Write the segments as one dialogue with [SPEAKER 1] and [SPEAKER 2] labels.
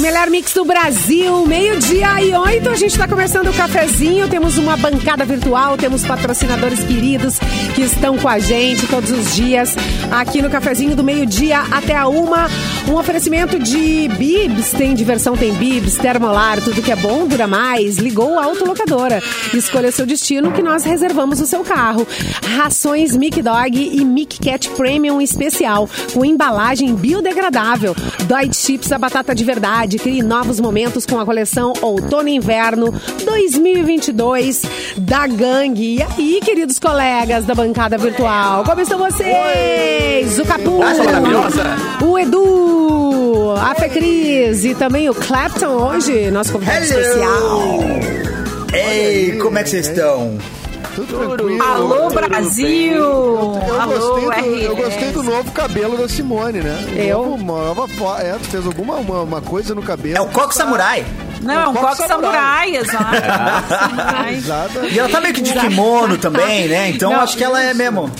[SPEAKER 1] melhor mix do Brasil, meio-dia e oito. A gente está começando o cafezinho. Temos uma bancada virtual, temos patrocinadores queridos que estão com a gente todos os dias aqui no cafezinho do meio-dia até a uma. Um oferecimento de bibs, tem diversão, tem bibs, termolar, tudo que é bom dura mais. Ligou a autolocadora. Escolha seu destino que nós reservamos o seu carro. Rações Mic Dog e Mic Cat Premium especial, com embalagem biodegradável. Dói Chips, a batata de verdade. Crie novos momentos com a coleção Outono e Inverno 2022 da Gangue. E aí, queridos colegas da bancada virtual, como estão vocês? O Capu,
[SPEAKER 2] Tá maravilhosa.
[SPEAKER 1] o Edu, a Fecris e também o Clapton hoje, nosso convidado especial.
[SPEAKER 2] Ei, como é que vocês estão?
[SPEAKER 3] Tudo tranquilo.
[SPEAKER 4] Alô, Brasil!
[SPEAKER 3] Eu
[SPEAKER 4] Alô,
[SPEAKER 3] gostei, do, eu
[SPEAKER 4] RS.
[SPEAKER 3] gostei do novo cabelo da Simone, né? Um
[SPEAKER 1] Eu?
[SPEAKER 3] novo- Uma nova foto. É, tu fez alguma uma, uma coisa no cabelo.
[SPEAKER 2] É o Coco Samurai.
[SPEAKER 4] Não, é um coque samurai, exato. Samurai.
[SPEAKER 3] Exato.
[SPEAKER 2] E ela tá meio que de kimono também, né? Então acho que ela é mesmo.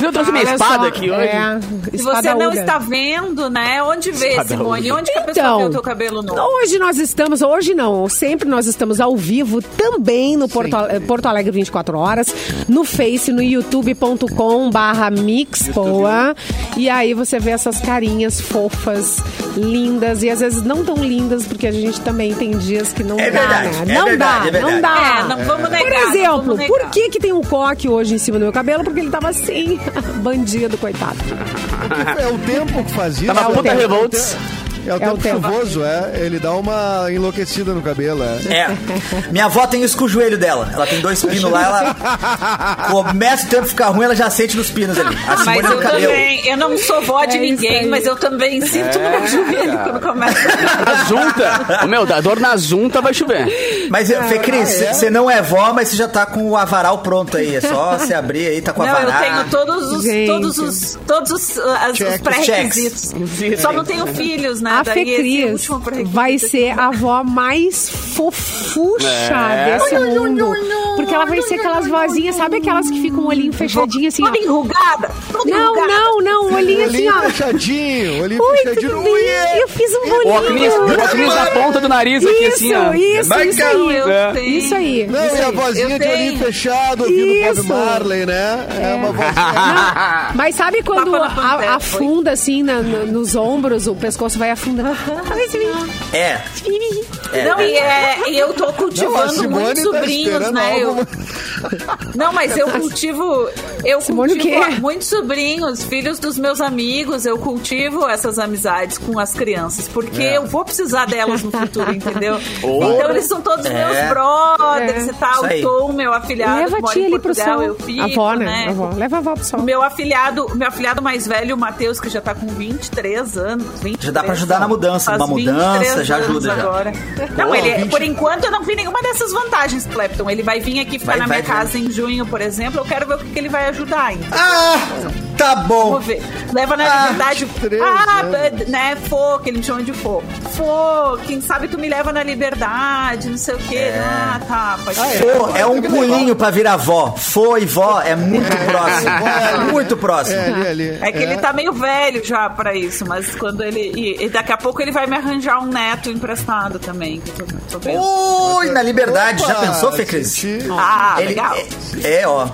[SPEAKER 5] Eu trouxe minha
[SPEAKER 1] Olha
[SPEAKER 5] espada
[SPEAKER 1] só,
[SPEAKER 5] aqui hoje.
[SPEAKER 1] é,
[SPEAKER 4] Se você
[SPEAKER 3] um
[SPEAKER 4] não está vendo, né? Onde vê,
[SPEAKER 5] Espada
[SPEAKER 4] Simone?
[SPEAKER 5] longa.
[SPEAKER 4] Onde que a pessoa vê
[SPEAKER 1] Então,
[SPEAKER 4] o teu cabelo novo?
[SPEAKER 1] hoje nós estamos, hoje não, sempre nós estamos ao vivo também no Porto, eh, Porto Alegre 24 horas, no Face, no youtube.com barra Mixpoa. E aí você vê essas carinhas fofas, lindas, e às vezes não tão lindas, porque a gente também tem dias que não
[SPEAKER 2] É
[SPEAKER 1] dá,
[SPEAKER 2] verdade,
[SPEAKER 1] né?
[SPEAKER 2] é
[SPEAKER 1] não
[SPEAKER 2] verdade,
[SPEAKER 1] dá,
[SPEAKER 2] é verdade.
[SPEAKER 1] não dá.
[SPEAKER 4] É, não vamos negar.
[SPEAKER 1] Por
[SPEAKER 4] não é
[SPEAKER 1] exemplo,
[SPEAKER 4] vamos negar.
[SPEAKER 1] por que que tem um coque hoje em cima do meu cabelo? Porque ele tava assim, bandido, coitado.
[SPEAKER 3] É o tempo que faz isso.
[SPEAKER 5] Tá na
[SPEAKER 3] É o
[SPEAKER 5] ponta
[SPEAKER 3] tempo.
[SPEAKER 5] Revolts.
[SPEAKER 1] É
[SPEAKER 3] É o
[SPEAKER 1] o
[SPEAKER 3] tempo
[SPEAKER 1] tempo.
[SPEAKER 3] chuvoso, é. Ele dá uma enlouquecida no cabelo, é.
[SPEAKER 2] É. Minha avó tem isso com o joelho dela. Ela tem dois pinos lá, ela. Começa o tempo ficar ruim, ela já sente nos pinos ali. A Simone
[SPEAKER 4] Ah,
[SPEAKER 2] é um
[SPEAKER 4] Mas
[SPEAKER 2] no
[SPEAKER 4] eu
[SPEAKER 2] cabelo.
[SPEAKER 4] também, eu não sou vó de
[SPEAKER 1] É isso aí.
[SPEAKER 4] ninguém, mas eu
[SPEAKER 3] É.
[SPEAKER 4] também sinto no meu joelho quando começa.
[SPEAKER 5] A junta. Ô, meu, da dor na junta vai chover.
[SPEAKER 2] Mas, eu-
[SPEAKER 4] Ah,
[SPEAKER 2] Fê Cris, você não é vó, mas você já tá com o avaral pronto aí. É só você abrir aí, tá com o
[SPEAKER 4] Não, eu
[SPEAKER 2] avaral.
[SPEAKER 4] tenho todos os
[SPEAKER 1] Gente.
[SPEAKER 4] todos os todos os, as- os
[SPEAKER 3] Checks,
[SPEAKER 4] pré-requisitos. Só não tenho filhos, né?
[SPEAKER 1] A
[SPEAKER 4] Daí esse é o
[SPEAKER 1] Fecris
[SPEAKER 4] último pré-requisito.
[SPEAKER 1] vai ser a avó mais fofucha
[SPEAKER 5] É.
[SPEAKER 1] desse mundo. Porque ela vai ser aquelas vozinhas, sabe aquelas que ficam o olhinho fechadinho assim, ó.
[SPEAKER 4] toda enrugada, toda
[SPEAKER 1] Não,
[SPEAKER 4] enrugada.
[SPEAKER 1] não, não, o olhinho assim,
[SPEAKER 3] Olhinho
[SPEAKER 1] ó.
[SPEAKER 3] fechadinho, olhinho
[SPEAKER 1] Oi,
[SPEAKER 3] fechadinho.
[SPEAKER 1] tudo
[SPEAKER 3] Ui, é.
[SPEAKER 1] bem? Eu fiz um
[SPEAKER 5] O óculos, o
[SPEAKER 1] bolinho.
[SPEAKER 5] óculos na ponta do nariz aqui,
[SPEAKER 1] Isso,
[SPEAKER 5] assim, ó.
[SPEAKER 1] isso, isso aí.
[SPEAKER 4] Eu
[SPEAKER 5] É.
[SPEAKER 4] tenho.
[SPEAKER 1] Isso aí.
[SPEAKER 3] Não,
[SPEAKER 1] isso
[SPEAKER 3] e a
[SPEAKER 1] aí.
[SPEAKER 3] vozinha
[SPEAKER 4] Eu
[SPEAKER 3] de olhinho
[SPEAKER 4] tenho.
[SPEAKER 3] fechado, ouvindo Bob
[SPEAKER 1] Isso.
[SPEAKER 3] Marley, né? É,
[SPEAKER 1] É.
[SPEAKER 3] uma vozinha.
[SPEAKER 1] Não, mas
[SPEAKER 4] Tá
[SPEAKER 1] sabe quando
[SPEAKER 4] Tapa na pantera,
[SPEAKER 1] a- afunda assim na- no- nos ombros, o pescoço vai afundando.
[SPEAKER 2] É. É.
[SPEAKER 4] Não, e, é, e eu tô
[SPEAKER 3] Não, a
[SPEAKER 4] cultivando
[SPEAKER 3] Simone
[SPEAKER 4] muitos
[SPEAKER 3] tá
[SPEAKER 4] sobrinhos,
[SPEAKER 3] esperando
[SPEAKER 4] né? Eu,
[SPEAKER 3] alguma-
[SPEAKER 4] não, mas eu cultivo. Eu
[SPEAKER 1] Simone, o quê?
[SPEAKER 4] cultivo muitos sobrinhos, filhos dos meus amigos. Eu cultivo essas amizades com as crianças, porque
[SPEAKER 3] É.
[SPEAKER 4] eu vou precisar delas no futuro, entendeu?
[SPEAKER 5] Oh.
[SPEAKER 4] Então eles são todos
[SPEAKER 2] É.
[SPEAKER 4] meus brothers
[SPEAKER 1] É.
[SPEAKER 4] e tal.
[SPEAKER 2] Isso aí.
[SPEAKER 4] O Tom, meu afilhado,
[SPEAKER 1] Leva a
[SPEAKER 4] mora
[SPEAKER 1] tia
[SPEAKER 4] em
[SPEAKER 1] ali pro
[SPEAKER 4] Portugal,
[SPEAKER 1] sol.
[SPEAKER 4] eu fico,
[SPEAKER 1] a avó, né?
[SPEAKER 4] né?
[SPEAKER 1] A avó. Leva a avó pro sol.
[SPEAKER 4] O meu afilhado, o meu afilhado mais velho, o Matheus, que já tá com 23 anos. 23
[SPEAKER 2] Já dá pra ajudar na mudança,
[SPEAKER 4] Faz
[SPEAKER 2] numa mudança,
[SPEAKER 4] 23
[SPEAKER 2] já ajuda,
[SPEAKER 4] anos
[SPEAKER 2] já.
[SPEAKER 4] Agora. Não,
[SPEAKER 2] Pô,
[SPEAKER 4] ele,
[SPEAKER 2] 20.
[SPEAKER 4] por enquanto eu não vi nenhuma dessas vantagens, Clepton. Ele vai vir aqui ficar
[SPEAKER 2] Vai-
[SPEAKER 4] na
[SPEAKER 2] vai
[SPEAKER 4] minha
[SPEAKER 2] vir.
[SPEAKER 4] casa em junho, por exemplo. Eu quero ver o que, que ele vai ajudar, então.
[SPEAKER 2] Ah, tá bom.
[SPEAKER 4] Vamos ver. Leva na
[SPEAKER 2] Ah,
[SPEAKER 4] liberdade.
[SPEAKER 3] 23
[SPEAKER 4] Ah,
[SPEAKER 3] anos.
[SPEAKER 4] né? Fô, que ele me chama de Fô. Fô, quem sabe tu me leva na liberdade, não sei o quê.
[SPEAKER 2] É.
[SPEAKER 4] Ah, tá. Pode ser.
[SPEAKER 2] Fô é um pulinho pra virar vó. Fô e vó é muito próximo. Muito
[SPEAKER 3] É,
[SPEAKER 2] próximo.
[SPEAKER 3] ali, ali.
[SPEAKER 4] É que ele tá meio velho já pra isso, mas quando ele. E, e daqui a pouco ele vai me arranjar um neto emprestado também. Que eu tô, tô vendo.
[SPEAKER 2] Ui, na liberdade. Já
[SPEAKER 3] Opa,
[SPEAKER 2] pensou, Fê Cris?
[SPEAKER 3] senti-
[SPEAKER 4] ah,
[SPEAKER 2] Ele-
[SPEAKER 4] legal.
[SPEAKER 2] É, é, ó.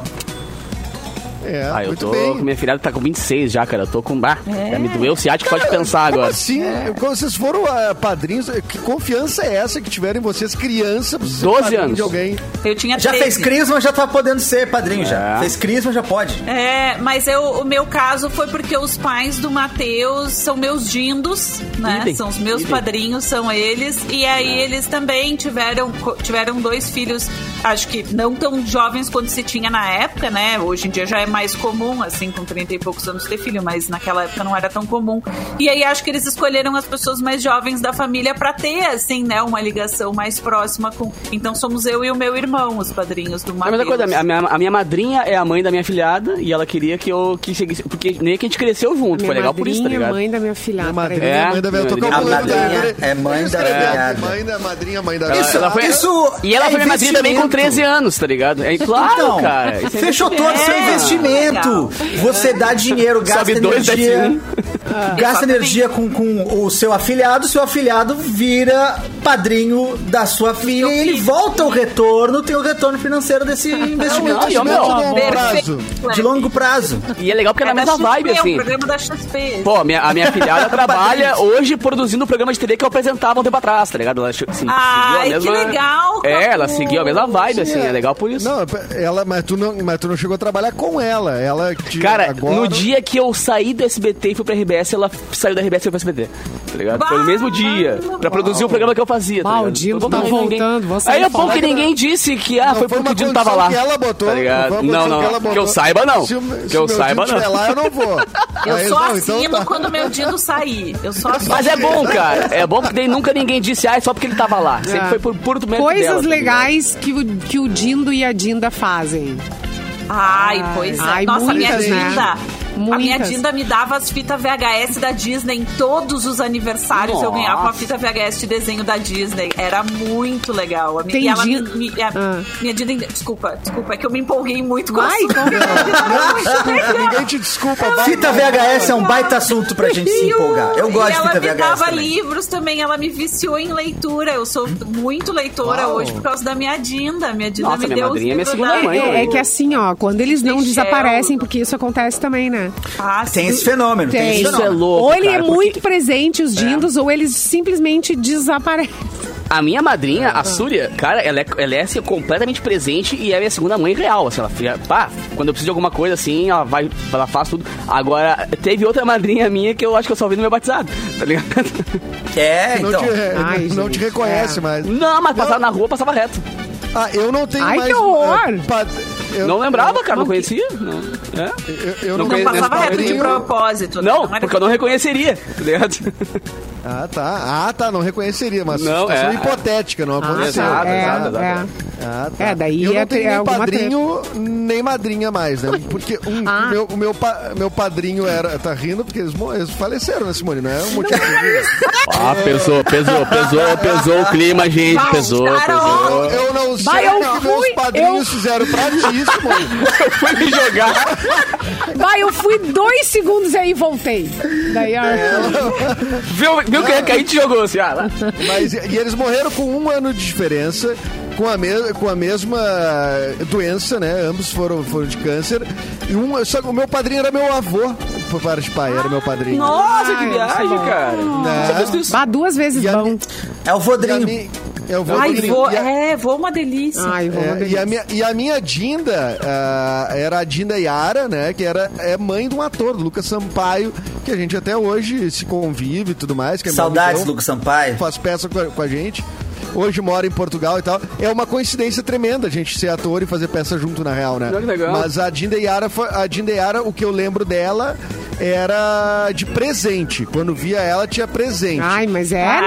[SPEAKER 3] É,
[SPEAKER 5] Ah, eu
[SPEAKER 3] muito
[SPEAKER 5] tô.
[SPEAKER 3] bem.
[SPEAKER 5] Minha filhada tá com 26 já, cara. Eu tô com. Bah, já me doeu o ciático, pode pensar
[SPEAKER 3] Como
[SPEAKER 5] agora.
[SPEAKER 3] assim? Quando vocês foram ah, padrinhos, que confiança é essa que tiveram em vocês, criança, pra ser
[SPEAKER 5] 12
[SPEAKER 3] padrinho
[SPEAKER 5] anos.
[SPEAKER 3] de alguém?
[SPEAKER 4] Eu tinha
[SPEAKER 2] Já
[SPEAKER 4] 13.
[SPEAKER 2] fez crisma, já tá podendo ser padrinho já.
[SPEAKER 5] É.
[SPEAKER 2] Fez crisma, já pode.
[SPEAKER 4] É, mas eu, o meu caso foi porque os pais do Matheus são meus dindos, né?
[SPEAKER 5] Idem,
[SPEAKER 4] são os meus
[SPEAKER 5] idem. É.
[SPEAKER 4] padrinhos, são eles. E aí eles também tiveram, co- tiveram dois filhos, acho que não tão jovens quanto se tinha na época, né? Hoje em dia já é mais comum, assim, com 30 e poucos anos ter filho, mas naquela época não era tão comum. E aí acho que eles escolheram as pessoas mais jovens da família pra ter, assim, né? Uma ligação mais próxima com. Então somos eu e o meu irmão, os padrinhos do
[SPEAKER 5] A
[SPEAKER 4] Matheus.
[SPEAKER 5] mesma Ah, coisa, a minha, a minha madrinha é a mãe da minha filhada e ela queria que eu que seguisse. Porque nem que a gente cresceu junto,
[SPEAKER 1] Minha
[SPEAKER 5] foi legal por isso, tá
[SPEAKER 1] madrinha,
[SPEAKER 5] ligado?
[SPEAKER 1] mãe da minha
[SPEAKER 3] A
[SPEAKER 1] filhada.
[SPEAKER 3] madrinha,
[SPEAKER 1] peraí.
[SPEAKER 5] É,
[SPEAKER 3] mãe da velha.
[SPEAKER 5] meu
[SPEAKER 3] Tô
[SPEAKER 5] Deus.
[SPEAKER 3] calculando
[SPEAKER 2] A madrinha
[SPEAKER 3] agora.
[SPEAKER 2] é mãe da
[SPEAKER 3] Escreveu.
[SPEAKER 2] velada.
[SPEAKER 3] né? Mãe da madrinha, mãe da Ah,
[SPEAKER 5] Ela-
[SPEAKER 3] velha.
[SPEAKER 5] ela foi- assim,
[SPEAKER 2] isso
[SPEAKER 5] E ela
[SPEAKER 2] é
[SPEAKER 5] foi minha madrinha também com
[SPEAKER 2] investimento.
[SPEAKER 5] 13 anos, tá ligado? É claro,
[SPEAKER 2] então,
[SPEAKER 5] cara. Isso é
[SPEAKER 2] fechou todo o seu
[SPEAKER 4] investimento.
[SPEAKER 2] investimento. Você dá dinheiro, gasta
[SPEAKER 5] Sobe dois, desce
[SPEAKER 2] energia.
[SPEAKER 5] um.
[SPEAKER 2] gasta
[SPEAKER 4] Exatamente.
[SPEAKER 2] energia com, com o seu afilhado, seu afilhado vira padrinho da sua filha e ele
[SPEAKER 4] filho.
[SPEAKER 2] volta o retorno, tem o retorno financeiro desse investimento
[SPEAKER 5] Não, e, ó,
[SPEAKER 2] de
[SPEAKER 5] meu,
[SPEAKER 3] Investimento de
[SPEAKER 5] ó,
[SPEAKER 3] longo prazo.
[SPEAKER 4] Perfeito.
[SPEAKER 2] de longo prazo.
[SPEAKER 5] E é legal porque é na
[SPEAKER 4] da
[SPEAKER 5] mesma
[SPEAKER 4] XP,
[SPEAKER 5] vibe,
[SPEAKER 4] É um
[SPEAKER 5] assim.
[SPEAKER 4] programa da XP.
[SPEAKER 5] Pô, minha, a minha filhada trabalha hoje produzindo o programa de TV que eu apresentava um tempo atrás, tá ligado? Ela che- se-
[SPEAKER 4] Ai,
[SPEAKER 5] seguiu a
[SPEAKER 4] que legal,
[SPEAKER 5] É,
[SPEAKER 4] Capu.
[SPEAKER 5] ela seguiu a mesma vibe, assim. É legal por isso.
[SPEAKER 3] Não, ela, mas, tu não, mas tu não chegou a trabalhar com ela. Ela te,
[SPEAKER 5] Cara,
[SPEAKER 3] agora-
[SPEAKER 5] no dia que eu saí do SBT e fui pra RBS, ela saiu da RBS e foi pra SBT. Tá ligado? Foi no
[SPEAKER 4] Bah!
[SPEAKER 5] mesmo dia. Pra produzir o programa que eu fazia.
[SPEAKER 1] Bah,
[SPEAKER 5] Tá
[SPEAKER 1] o Dino tá voltando, você
[SPEAKER 5] Aí é bom
[SPEAKER 1] fala
[SPEAKER 5] que
[SPEAKER 1] que-
[SPEAKER 5] ninguém disse que ah,
[SPEAKER 3] Não, foi
[SPEAKER 5] foi porque
[SPEAKER 3] uma
[SPEAKER 5] o Dino tava
[SPEAKER 3] condição
[SPEAKER 5] lá.
[SPEAKER 3] que ela botou,
[SPEAKER 5] Tá
[SPEAKER 3] não foi
[SPEAKER 5] ligado?
[SPEAKER 3] uma
[SPEAKER 5] Não,
[SPEAKER 3] condição que ela
[SPEAKER 5] não. Que eu
[SPEAKER 3] botou.
[SPEAKER 5] saiba, não.
[SPEAKER 3] Se o meu-
[SPEAKER 5] Que
[SPEAKER 3] se
[SPEAKER 5] eu
[SPEAKER 3] o meu
[SPEAKER 5] saiba,
[SPEAKER 3] Dino estiver
[SPEAKER 5] não. assim,
[SPEAKER 3] lá, eu não vou.
[SPEAKER 1] Ah,
[SPEAKER 4] Eu
[SPEAKER 3] Aí,
[SPEAKER 4] só
[SPEAKER 3] não, então
[SPEAKER 4] assino
[SPEAKER 3] tá.
[SPEAKER 4] quando meu Dindo sair. Eu só assino.
[SPEAKER 5] Mas é bom, cara. É bom porque daí nunca ninguém disse, ah, é só porque ele tava lá. Sempre
[SPEAKER 1] É.
[SPEAKER 5] foi por puro mérito dela,
[SPEAKER 1] Coisas
[SPEAKER 5] tá ligado?
[SPEAKER 1] legais que o, que o Dindo e a Dinda fazem.
[SPEAKER 4] Ai, pois é.
[SPEAKER 1] Ai,
[SPEAKER 4] Nossa, a minha
[SPEAKER 1] muitas, né?
[SPEAKER 4] Dinda. A minha
[SPEAKER 1] Muitas.
[SPEAKER 4] Dinda me dava as fitas VHS da Disney em todos os aniversários. Eu
[SPEAKER 5] Nossa.
[SPEAKER 4] ganhava uma fita VHS de desenho da Disney. Era muito legal. A minha,
[SPEAKER 1] Tem
[SPEAKER 4] e ela me-
[SPEAKER 1] Dinda-
[SPEAKER 4] me- a-
[SPEAKER 1] Ah.
[SPEAKER 4] minha Dinda. Desculpa, desculpa, é que eu me empolguei muito com
[SPEAKER 1] Ai,
[SPEAKER 4] isso.
[SPEAKER 3] Ninguém te desculpa, vai.
[SPEAKER 2] Fita VHS é um baita assunto pra gente se empolgar. Eu gosto de fita
[SPEAKER 4] E ela me
[SPEAKER 2] VHS
[SPEAKER 4] dava
[SPEAKER 2] também.
[SPEAKER 4] livros também, ela me viciou em leitura. Eu sou muito leitora
[SPEAKER 3] Uau.
[SPEAKER 4] hoje por causa da minha Dinda. Minha Dinda
[SPEAKER 5] Nossa,
[SPEAKER 4] me
[SPEAKER 5] minha
[SPEAKER 4] deu os
[SPEAKER 5] madrinha é minha
[SPEAKER 4] livros
[SPEAKER 5] segunda
[SPEAKER 4] da-
[SPEAKER 5] mãe,
[SPEAKER 1] É, é que assim, ó, quando eles não
[SPEAKER 4] Michel.
[SPEAKER 1] desaparecem, porque isso acontece também, né?
[SPEAKER 4] Ah,
[SPEAKER 2] Tem
[SPEAKER 4] sim.
[SPEAKER 2] esse fenômeno, tem, esse
[SPEAKER 5] Isso é
[SPEAKER 2] fenômeno.
[SPEAKER 5] louco,
[SPEAKER 1] Ou ele
[SPEAKER 5] cara,
[SPEAKER 1] é
[SPEAKER 5] porque É.
[SPEAKER 1] muito presente, os dindos, ou eles simplesmente desaparecem.
[SPEAKER 5] A minha madrinha, a Súria, cara, ela é, ela é assim, completamente presente e é minha segunda mãe real. Assim, ela fica, pá, quando eu preciso de alguma coisa assim, ela vai, ela faz tudo. Agora, teve outra madrinha minha que eu acho que eu só vi no meu batizado, tá ligado?
[SPEAKER 2] É,
[SPEAKER 3] Não,
[SPEAKER 2] então.
[SPEAKER 3] te,
[SPEAKER 1] Ai,
[SPEAKER 3] não
[SPEAKER 1] gente,
[SPEAKER 3] te reconhece
[SPEAKER 1] é.
[SPEAKER 3] mais.
[SPEAKER 5] Não, mas passava na rua, passava reto.
[SPEAKER 3] Ah, eu não tenho
[SPEAKER 1] Ai,
[SPEAKER 3] mais.
[SPEAKER 1] que horror!
[SPEAKER 3] eh, pa- eu-
[SPEAKER 5] Não lembrava, cara, não conhecia. Não, é.
[SPEAKER 3] Eu, eu
[SPEAKER 5] Não
[SPEAKER 4] Não
[SPEAKER 5] conheço
[SPEAKER 2] né?
[SPEAKER 4] passava
[SPEAKER 5] nesse
[SPEAKER 4] reto de
[SPEAKER 3] padrinho.
[SPEAKER 4] propósito. né?
[SPEAKER 5] não
[SPEAKER 4] era
[SPEAKER 5] porque eu não reconheceria, tá ligado?
[SPEAKER 3] Ah, tá. Ah, tá. Não reconheceria, mas
[SPEAKER 5] Não,
[SPEAKER 3] não, situação
[SPEAKER 5] é.
[SPEAKER 3] hipotética, não aconteceu.
[SPEAKER 5] tá, nada,
[SPEAKER 1] é,
[SPEAKER 5] nada, nada.
[SPEAKER 1] é.
[SPEAKER 3] Ah, tá.
[SPEAKER 1] É, daí
[SPEAKER 3] eu
[SPEAKER 1] é-
[SPEAKER 3] não tenho
[SPEAKER 1] é
[SPEAKER 3] nem
[SPEAKER 1] alguma
[SPEAKER 3] padrinho nem madrinha mais, né? Porque um,
[SPEAKER 1] Ah.
[SPEAKER 3] meu, o meu, pa- meu padrinho era. Tá rindo porque eles, mo- eles faleceram, né, Simone? Não é um motivo. de-
[SPEAKER 5] Ah, pesou, pesou, pesou, pesou o clima, gente, pesou,
[SPEAKER 4] Carol!
[SPEAKER 5] pesou.
[SPEAKER 3] Eu não sei
[SPEAKER 1] Bah, eu
[SPEAKER 3] o que meus
[SPEAKER 1] fui,
[SPEAKER 3] padrinhos
[SPEAKER 1] eu-
[SPEAKER 3] fizeram pra ti, Simone.
[SPEAKER 5] Eu fui me jogar.
[SPEAKER 1] Vai, eu fui dois segundos e aí voltei. Daí, ó.
[SPEAKER 5] Viu, viu que, que a gente jogou assim, ah, lá.
[SPEAKER 3] Mas, e eles morreram com um ano de diferença, com a, me- com a mesma doença, né? Ambos foram, foram de câncer. E um, só que o meu padrinho era meu avô, por parte de pai, era meu padrinho.
[SPEAKER 4] Ah,
[SPEAKER 5] Nossa, que
[SPEAKER 1] Ai,
[SPEAKER 5] viagem,
[SPEAKER 1] isso é
[SPEAKER 5] cara. Você fez isso?
[SPEAKER 1] Bah, duas vezes
[SPEAKER 3] E a
[SPEAKER 1] bom.
[SPEAKER 3] mi-
[SPEAKER 2] É o
[SPEAKER 3] E a
[SPEAKER 2] Vodrinho.
[SPEAKER 3] mi- eu vou
[SPEAKER 4] Ai,
[SPEAKER 3] é padrinho.
[SPEAKER 4] vou,
[SPEAKER 3] E a-
[SPEAKER 4] é, vou uma delícia.
[SPEAKER 1] Ai, vou
[SPEAKER 3] É, e, a minha, e a minha Dinda ah, era a Dinda Yara, né? Que era, é mãe de um ator, do Lucas Sampaio, que a gente até hoje se convive e tudo mais. Que é meu
[SPEAKER 2] Saudades,
[SPEAKER 3] amigão,
[SPEAKER 2] Lucas Sampaio.
[SPEAKER 3] Faz peça com a, com a gente. Hoje mora em Portugal e tal. É uma coincidência tremenda a gente ser ator e fazer peça junto, na real, né?
[SPEAKER 5] Olha que legal.
[SPEAKER 3] Mas a Dinda Yara, foi- a Dinda Yara, o que eu lembro dela era de presente. Quando via ela, tinha presente.
[SPEAKER 1] Ai, mas é,
[SPEAKER 4] Ah,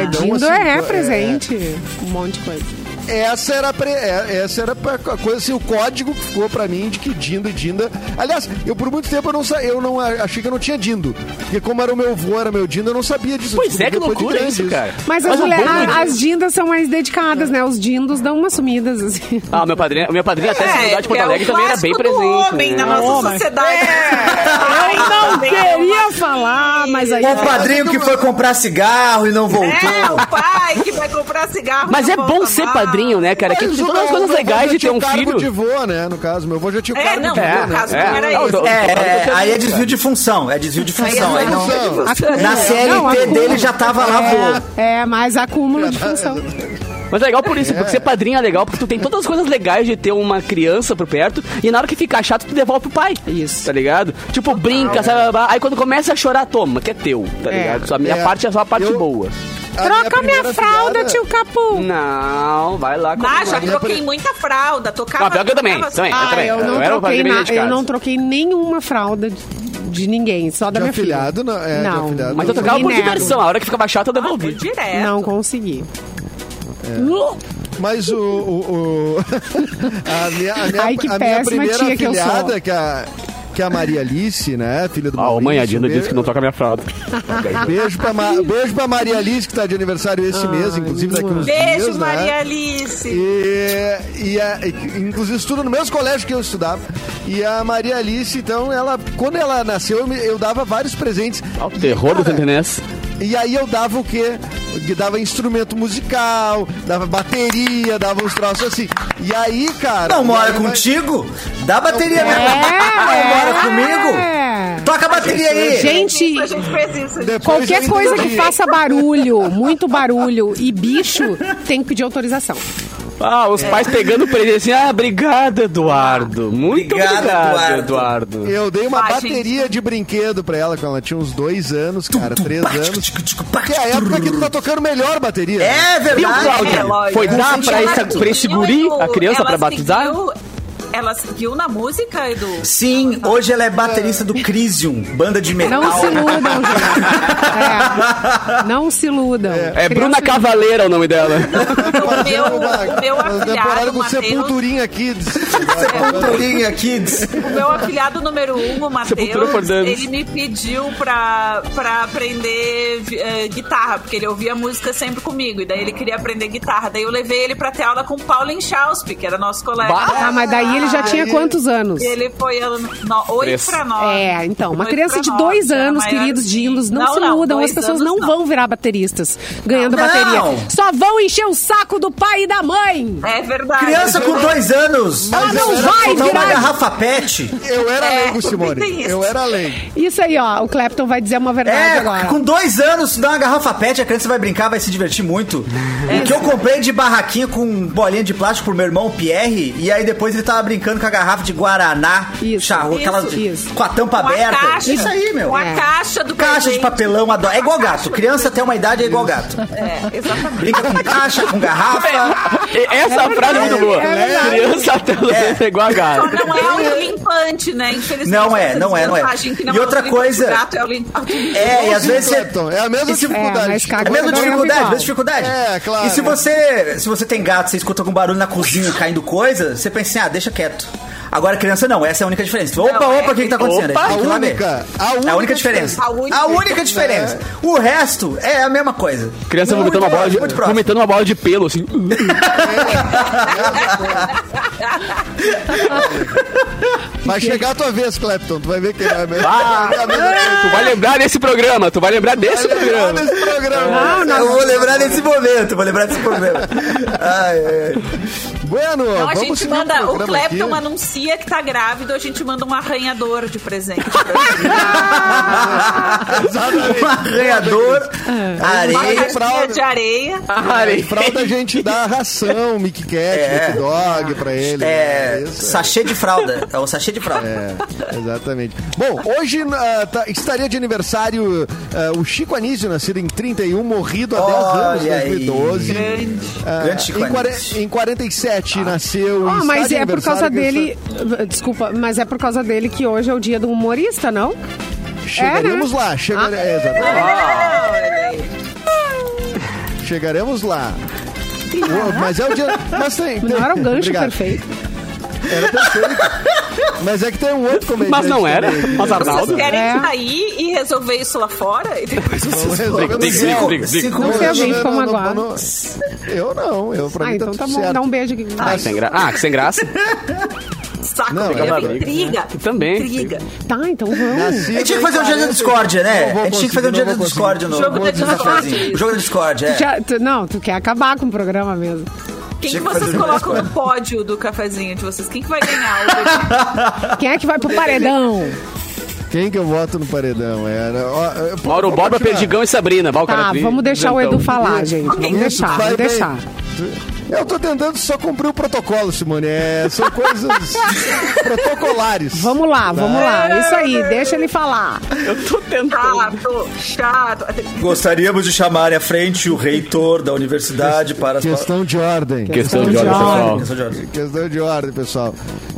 [SPEAKER 1] né?
[SPEAKER 3] então,
[SPEAKER 1] Dindo
[SPEAKER 3] assim,
[SPEAKER 1] é
[SPEAKER 3] é-
[SPEAKER 1] presente. Um monte de coisa.
[SPEAKER 3] Essa era, a pre... é- essa era a coisa, assim, o código que ficou pra mim de que Dindo e Dinda. Aliás, eu por muito tempo eu não, sa... eu não a- achei que eu não tinha Dindo. Porque como era o meu avô, era meu Dindo, eu não sabia disso.
[SPEAKER 5] Pois é, que
[SPEAKER 3] Descobri depois de
[SPEAKER 5] loucura
[SPEAKER 3] grande
[SPEAKER 5] isso, cara.
[SPEAKER 1] Mas, as,
[SPEAKER 5] o
[SPEAKER 1] mulher-
[SPEAKER 5] bom
[SPEAKER 1] a-
[SPEAKER 5] é-
[SPEAKER 1] as dindas são mais dedicadas, né? Os dindos dão umas sumidas, assim.
[SPEAKER 5] Ah, meu padrinho, meu padrinho até se mudar de Porto
[SPEAKER 4] é o
[SPEAKER 5] Alegre também era bem
[SPEAKER 4] clássico do
[SPEAKER 5] presente.
[SPEAKER 4] homem
[SPEAKER 5] né?
[SPEAKER 4] na nossa
[SPEAKER 5] Homem. É.
[SPEAKER 4] sociedade.
[SPEAKER 1] Eu não queria falar, mas aí...
[SPEAKER 2] O padrinho que foi comprar cigarro e não
[SPEAKER 4] É,
[SPEAKER 2] voltou.
[SPEAKER 4] o pai que vai comprar cigarro.
[SPEAKER 5] Mas
[SPEAKER 4] não
[SPEAKER 5] é bom
[SPEAKER 4] volta
[SPEAKER 5] ser
[SPEAKER 4] mais.
[SPEAKER 5] padrinho, né, cara? Que tem
[SPEAKER 3] Mas o
[SPEAKER 5] todas as
[SPEAKER 3] meu-
[SPEAKER 5] coisas
[SPEAKER 3] meu
[SPEAKER 5] legais
[SPEAKER 3] avô
[SPEAKER 5] de
[SPEAKER 3] já
[SPEAKER 5] ter
[SPEAKER 3] tinha
[SPEAKER 5] um
[SPEAKER 3] o cargo de
[SPEAKER 5] filho.
[SPEAKER 3] vô, né? No caso, meu avô já tinha o
[SPEAKER 4] É,
[SPEAKER 3] cargo
[SPEAKER 4] não,
[SPEAKER 3] de vô,
[SPEAKER 4] meu
[SPEAKER 3] né?
[SPEAKER 4] caso
[SPEAKER 5] é.
[SPEAKER 4] não era
[SPEAKER 5] Não,
[SPEAKER 4] isso.
[SPEAKER 5] tô-
[SPEAKER 2] É,
[SPEAKER 5] Aí
[SPEAKER 2] é,
[SPEAKER 5] eu
[SPEAKER 2] aí é
[SPEAKER 5] tô-
[SPEAKER 2] desvio de função, é desvio de função. Aí não,
[SPEAKER 3] Não,
[SPEAKER 2] na
[SPEAKER 1] Não,
[SPEAKER 2] CLT
[SPEAKER 1] acúmulo.
[SPEAKER 2] dele já tava lá, vô.
[SPEAKER 1] É, é, mas acúmulo de função.
[SPEAKER 5] Mas é legal por isso, porque ser padrinho é legal, porque tu tem todas as coisas legais de ter uma criança por perto, e na hora que ficar chato, tu devolve pro pai.
[SPEAKER 1] Isso.
[SPEAKER 5] Tá ligado? Tipo, brinca, sabe? blá, blá. Aí quando começa a chorar, toma, que é teu, tá
[SPEAKER 1] É.
[SPEAKER 5] ligado? Só A minha
[SPEAKER 3] É.
[SPEAKER 5] parte é só a parte
[SPEAKER 3] Eu-
[SPEAKER 5] boa.
[SPEAKER 3] A
[SPEAKER 1] Troca minha,
[SPEAKER 3] primeira
[SPEAKER 1] fralda,
[SPEAKER 3] filhada-
[SPEAKER 1] tio Capu.
[SPEAKER 5] Hum, Não, vai lá.
[SPEAKER 4] Ah, já
[SPEAKER 5] continua.
[SPEAKER 4] troquei muita fralda, tocava...
[SPEAKER 5] Não, pior que eu também,
[SPEAKER 4] tocava-
[SPEAKER 5] também.
[SPEAKER 1] Ah, eu não,
[SPEAKER 5] é, Eu era o
[SPEAKER 1] troquei
[SPEAKER 5] padrinho
[SPEAKER 1] na-
[SPEAKER 5] de
[SPEAKER 1] eu
[SPEAKER 5] casa.
[SPEAKER 1] não troquei nenhuma fralda de, de ninguém, só da
[SPEAKER 3] De
[SPEAKER 1] minha
[SPEAKER 3] afilhado,
[SPEAKER 1] filha.
[SPEAKER 3] não, é, de afilhado,
[SPEAKER 5] Mas
[SPEAKER 3] não.
[SPEAKER 5] eu tocava por
[SPEAKER 1] Minério.
[SPEAKER 5] diversão, a hora que ficava chato, eu
[SPEAKER 4] Foi
[SPEAKER 5] devolvi.
[SPEAKER 4] direto.
[SPEAKER 1] Não consegui.
[SPEAKER 3] Mas o. o- o- a minha, a minha,
[SPEAKER 1] Ai, que
[SPEAKER 3] a minha
[SPEAKER 1] péssima
[SPEAKER 3] primeira
[SPEAKER 1] tia que eu sou.
[SPEAKER 3] afilhada, que, a, que a Maria Alice, né? Filha do
[SPEAKER 5] Ah, ô, mãe, a Dina
[SPEAKER 3] Dinda
[SPEAKER 5] disse que não toca minha fralda.
[SPEAKER 3] Beijo pra, Ma- beijo pra Maria Alice, que tá de aniversário esse mês, inclusive daqui uns dias.
[SPEAKER 4] Beijo,
[SPEAKER 3] né?
[SPEAKER 4] Maria Alice.
[SPEAKER 3] E, e a- e- inclusive estuda no mesmo colégio que eu estudava. E a Maria Alice, então, ela quando ela nasceu, eu, me- eu dava vários presentes.
[SPEAKER 5] Ah, o terror do Santenés.
[SPEAKER 3] E aí eu dava o quê? Eu Dava instrumento musical, dava bateria, dava uns troços assim. E aí, cara.
[SPEAKER 2] Não
[SPEAKER 3] e
[SPEAKER 2] mora
[SPEAKER 3] aí vai-
[SPEAKER 2] contigo? Dá bateria mesmo. Não mora comigo? Toca a bateria aí.
[SPEAKER 1] É, Gente,
[SPEAKER 4] A gente fez isso. a gente-
[SPEAKER 3] Depois
[SPEAKER 1] qualquer
[SPEAKER 3] eu
[SPEAKER 1] coisa
[SPEAKER 3] entendi.
[SPEAKER 1] que faça barulho, muito barulho e bicho, tem que pedir autorização.
[SPEAKER 5] Ah, os pais pegando o presente assim. Ah, obrigado, Eduardo. Muito
[SPEAKER 2] Obrigado,
[SPEAKER 5] obrigado,
[SPEAKER 2] Eduardo.
[SPEAKER 5] Eduardo.
[SPEAKER 3] Eu dei uma
[SPEAKER 4] Ah,
[SPEAKER 3] bateria de brinquedo pra ela quando ela tinha uns dois anos, cara, três anos. Que é a época que tu tá tocando melhor bateria. né?
[SPEAKER 2] É
[SPEAKER 5] Viu,
[SPEAKER 2] verdade. um
[SPEAKER 5] Cláudia?
[SPEAKER 4] lógico.
[SPEAKER 5] Foi dar pra,
[SPEAKER 4] Ela
[SPEAKER 5] essa, pra esse
[SPEAKER 4] seguiu,
[SPEAKER 5] guri,
[SPEAKER 4] Edu.
[SPEAKER 5] a criança,
[SPEAKER 4] Ela
[SPEAKER 5] pra batizar?
[SPEAKER 4] seguiu- Ela seguiu na música, Edu.
[SPEAKER 2] Sim, hoje ela é baterista do Crisium, banda de metal.
[SPEAKER 1] Não se iludam, gente. É, não se iludam.
[SPEAKER 5] É
[SPEAKER 1] Criança-
[SPEAKER 5] Bruna Cavaleira o nome dela.
[SPEAKER 4] O meu,
[SPEAKER 3] Fazendo uma-
[SPEAKER 4] o meu
[SPEAKER 3] uma temporada
[SPEAKER 4] afilhado,
[SPEAKER 3] com
[SPEAKER 4] Matheus,
[SPEAKER 3] Sepulturinha Kids.
[SPEAKER 2] Culturinha Kids.
[SPEAKER 4] o meu afilhado número um, o
[SPEAKER 5] Sepultura for
[SPEAKER 4] Matheus,
[SPEAKER 5] Dummies.
[SPEAKER 4] ele me pediu pra, pra aprender eh, guitarra, porque ele ouvia música sempre comigo, e daí ele queria aprender guitarra. Daí eu levei ele pra ter aula com o Paulo Inchauspe, que era nosso colega.
[SPEAKER 5] Bah!
[SPEAKER 1] Ah, mas daí ele já tinha
[SPEAKER 3] Aí-
[SPEAKER 1] quantos anos?
[SPEAKER 4] E ele foi aluno- no- oito
[SPEAKER 5] Três.
[SPEAKER 4] pra nove.
[SPEAKER 1] É, então, uma
[SPEAKER 4] Oito
[SPEAKER 1] criança
[SPEAKER 4] pra
[SPEAKER 1] de
[SPEAKER 4] nove,
[SPEAKER 1] dois
[SPEAKER 4] era
[SPEAKER 1] anos,
[SPEAKER 4] maior
[SPEAKER 1] queridos
[SPEAKER 4] de-
[SPEAKER 1] dindos, não,
[SPEAKER 4] Não,
[SPEAKER 1] se
[SPEAKER 4] não,
[SPEAKER 1] iludam, as
[SPEAKER 4] dois
[SPEAKER 1] pessoas
[SPEAKER 4] anos
[SPEAKER 1] não
[SPEAKER 4] não.
[SPEAKER 1] vão virar bateristas ganhando
[SPEAKER 2] Não.
[SPEAKER 1] bateria. Só vão encher o saco do pai e da mãe.
[SPEAKER 4] É verdade.
[SPEAKER 2] Criança com dois anos.
[SPEAKER 1] Ela não
[SPEAKER 2] Ela
[SPEAKER 1] vai
[SPEAKER 2] soltar é uma
[SPEAKER 1] virar-
[SPEAKER 2] garrafa pet.
[SPEAKER 3] Eu era
[SPEAKER 4] É,
[SPEAKER 3] leigo, Simone.
[SPEAKER 4] tem isso.
[SPEAKER 3] Eu era leigo.
[SPEAKER 1] Isso aí, ó, o Clapton vai dizer uma verdade
[SPEAKER 2] É,
[SPEAKER 1] agora.
[SPEAKER 2] com dois anos, se dá uma garrafa pet, a criança vai brincar, vai se divertir muito. O que eu comprei de barraquinha com bolinha de plástico pro meu irmão, o Pierre, e aí depois ele tava brincando com a garrafa de Guaraná,
[SPEAKER 1] Isso,
[SPEAKER 2] charro, aquela
[SPEAKER 1] isso, isso.
[SPEAKER 2] com a tampa
[SPEAKER 4] Com a
[SPEAKER 2] aberta.
[SPEAKER 4] caixa.
[SPEAKER 2] Isso aí, meu.
[SPEAKER 4] Com a
[SPEAKER 1] É.
[SPEAKER 4] caixa do
[SPEAKER 2] Caixa de
[SPEAKER 4] presente.
[SPEAKER 2] papelão, adoro. É igual
[SPEAKER 4] Caixa
[SPEAKER 2] gato.
[SPEAKER 4] do
[SPEAKER 2] Criança até uma idade é igual gato.
[SPEAKER 4] É, exatamente.
[SPEAKER 2] Brinca com caixa, com garrafa.
[SPEAKER 5] E- Essa frase é muito boa.
[SPEAKER 1] é verdade.
[SPEAKER 5] Criança até é. igual a
[SPEAKER 4] Só
[SPEAKER 5] gata.
[SPEAKER 4] não é o limpante, né? Infelizmente.
[SPEAKER 2] Não é,
[SPEAKER 4] essa
[SPEAKER 2] não é, não é.
[SPEAKER 4] desvantagem que não
[SPEAKER 2] E
[SPEAKER 4] é o
[SPEAKER 2] outra
[SPEAKER 4] limpante,
[SPEAKER 2] coisa-
[SPEAKER 4] O gato é o limpante.
[SPEAKER 2] É, e às
[SPEAKER 3] Sim,
[SPEAKER 2] vezes. você-
[SPEAKER 3] Clapton, É a mesma
[SPEAKER 2] E se-
[SPEAKER 1] É, mas
[SPEAKER 3] dificuldade.
[SPEAKER 1] cagou
[SPEAKER 2] É mesma
[SPEAKER 1] não
[SPEAKER 2] dificuldade,
[SPEAKER 1] igual.
[SPEAKER 2] mesma dificuldade.
[SPEAKER 3] É, claro.
[SPEAKER 2] E se você, se você tem gato, você escuta algum barulho na cozinha caindo coisa, você pensa assim, ah, deixa quieto. Agora criança não, essa é a única diferença. Opa,
[SPEAKER 4] Não, é-
[SPEAKER 2] opa, o que, que tá acontecendo?
[SPEAKER 5] Opa,
[SPEAKER 2] Aí tem que
[SPEAKER 3] a
[SPEAKER 2] lá ver.
[SPEAKER 3] única, a
[SPEAKER 2] É a
[SPEAKER 3] única
[SPEAKER 2] única diferença.
[SPEAKER 4] diferença. A única.
[SPEAKER 2] A única diferença. O resto é a mesma coisa.
[SPEAKER 5] Criança
[SPEAKER 2] Muito,
[SPEAKER 5] vomitando uma, bola de,
[SPEAKER 2] Muito próximo.
[SPEAKER 5] vomitando uma bola de pelo, assim.
[SPEAKER 3] Vai chegar a tua vez, Clapton. Tu vai ver quem vai mesmo.
[SPEAKER 5] Ah.
[SPEAKER 3] É a mesma coisa.
[SPEAKER 5] tu vai lembrar desse programa, tu vai lembrar desse
[SPEAKER 3] Vai lembrar
[SPEAKER 5] programa.
[SPEAKER 3] desse é programa.
[SPEAKER 4] Ah,
[SPEAKER 1] Não,
[SPEAKER 2] Eu
[SPEAKER 1] não.
[SPEAKER 2] vou lembrar desse momento, vou lembrar desse momento. Ai, ai, ai.
[SPEAKER 3] Bueno,
[SPEAKER 4] Então a
[SPEAKER 3] vamos
[SPEAKER 4] gente
[SPEAKER 2] um
[SPEAKER 3] seguir
[SPEAKER 4] manda. O,
[SPEAKER 3] programa
[SPEAKER 4] Clepton
[SPEAKER 3] aqui.
[SPEAKER 4] anuncia que tá grávido, a gente manda um arranhador de presente.
[SPEAKER 3] Exatamente.
[SPEAKER 2] Um arranhador,
[SPEAKER 4] Uma
[SPEAKER 2] areia.
[SPEAKER 4] caixinha de areia.
[SPEAKER 2] Ah,
[SPEAKER 3] Em fralda a gente dá ração, Mickey Cat,
[SPEAKER 2] É.
[SPEAKER 3] Mickey Dog pra ele. né?
[SPEAKER 2] É,
[SPEAKER 3] Isso,
[SPEAKER 2] sachê de fralda. É o sachê de fralda.
[SPEAKER 3] É, exatamente. Bom, hoje ah, tá- estaria de aniversário ah, o Chico Anísio, nascido em 31, morrido há 10 anos,
[SPEAKER 2] Olha aí.
[SPEAKER 3] 2012.
[SPEAKER 4] Grande.
[SPEAKER 3] Ah,
[SPEAKER 2] Grande Chico
[SPEAKER 3] em, quare-
[SPEAKER 2] Anísio.
[SPEAKER 3] em 47 nasceu.
[SPEAKER 1] Ah,
[SPEAKER 3] está
[SPEAKER 1] mas
[SPEAKER 3] de
[SPEAKER 1] é por
[SPEAKER 3] aniversário
[SPEAKER 1] causa
[SPEAKER 3] que
[SPEAKER 1] dele. Desculpa, mas é por causa dele que hoje é o dia do humorista, não?
[SPEAKER 3] Chegaremos
[SPEAKER 1] É, né?
[SPEAKER 3] lá, chegare- é, exatamente. chegaremos lá. Uou, Mas é o dia. Mas tem. tem-
[SPEAKER 1] Não era o gancho
[SPEAKER 3] Obrigado.
[SPEAKER 1] perfeito.
[SPEAKER 3] Era perfeito. Mas é que tem um outro comediante.
[SPEAKER 5] Mas não era.
[SPEAKER 3] também.
[SPEAKER 5] Mas Arnaldo.
[SPEAKER 4] Vocês querem
[SPEAKER 1] É.
[SPEAKER 4] sair e resolver isso lá fora? E depois vocês
[SPEAKER 3] Resolvemos
[SPEAKER 5] Diga, diga,
[SPEAKER 3] isso.
[SPEAKER 2] Cinco,
[SPEAKER 5] diga, diga.
[SPEAKER 2] cinco
[SPEAKER 1] Não sei
[SPEAKER 2] minutos.
[SPEAKER 1] alguém ficou
[SPEAKER 3] não, não,
[SPEAKER 1] magoado.
[SPEAKER 3] não, não. Eu não, eu pra
[SPEAKER 1] Ah,
[SPEAKER 3] mim
[SPEAKER 1] então
[SPEAKER 3] tá,
[SPEAKER 1] tá
[SPEAKER 3] tudo
[SPEAKER 1] bom,
[SPEAKER 3] certo.
[SPEAKER 1] dá um beijo aqui.
[SPEAKER 5] Ah, sem graça. Ah, sem graça.
[SPEAKER 4] saco,
[SPEAKER 3] Não,
[SPEAKER 4] porque
[SPEAKER 3] é
[SPEAKER 4] é
[SPEAKER 3] briga.
[SPEAKER 4] intriga.
[SPEAKER 5] Também.
[SPEAKER 4] Intriga.
[SPEAKER 1] Tá, então vamos.
[SPEAKER 3] Nascido
[SPEAKER 2] A gente tinha que fazer um
[SPEAKER 3] em
[SPEAKER 2] dia da
[SPEAKER 3] 40.
[SPEAKER 2] discórdia, né?
[SPEAKER 3] Não vou
[SPEAKER 2] A gente tinha que fazer um
[SPEAKER 3] conseguir,
[SPEAKER 2] dia
[SPEAKER 3] não
[SPEAKER 2] da
[SPEAKER 3] vou assim.
[SPEAKER 2] discórdia no
[SPEAKER 3] conseguir.
[SPEAKER 4] Jogo da
[SPEAKER 2] no cafezinho.
[SPEAKER 4] discórdia.
[SPEAKER 2] Jogo da discórdia, é.
[SPEAKER 1] Já- tu- não, tu quer acabar com o programa mesmo.
[SPEAKER 4] Quem
[SPEAKER 2] Tinha
[SPEAKER 4] que
[SPEAKER 2] que
[SPEAKER 4] vocês
[SPEAKER 2] fazer
[SPEAKER 4] colocam
[SPEAKER 2] mais
[SPEAKER 4] no pódio do cafezinho de vocês? Quem que vai ganhar?
[SPEAKER 1] Quem é que vai pro paredão?
[SPEAKER 3] Quem que eu voto no paredão? Era. ó, eu- pô,
[SPEAKER 5] Mauro é
[SPEAKER 3] vou
[SPEAKER 5] Borba,
[SPEAKER 3] continuar.
[SPEAKER 5] Perdigão e Sabrina. Vai, o cara
[SPEAKER 1] Tá,
[SPEAKER 5] tri-
[SPEAKER 1] vamos deixar o
[SPEAKER 2] Então,
[SPEAKER 5] isentão.
[SPEAKER 1] Edu falar, Ah, gente. Vamos
[SPEAKER 3] então. Isso,
[SPEAKER 1] deixar,
[SPEAKER 3] vai
[SPEAKER 1] vamos
[SPEAKER 3] bem.
[SPEAKER 1] deixar.
[SPEAKER 3] Eu tô tentando só cumprir o protocolo, Simone. É, são coisas protocolares.
[SPEAKER 1] Vamos lá, vamos lá. Isso aí, deixa ele falar.
[SPEAKER 5] Eu tô tentando.
[SPEAKER 4] Chato, chato.
[SPEAKER 2] Gostaríamos de chamar à frente o reitor da universidade para as
[SPEAKER 3] Questão de ordem.
[SPEAKER 5] Questão de ordem,
[SPEAKER 1] Questão de
[SPEAKER 5] pessoal.
[SPEAKER 3] Questão de ordem, pessoal.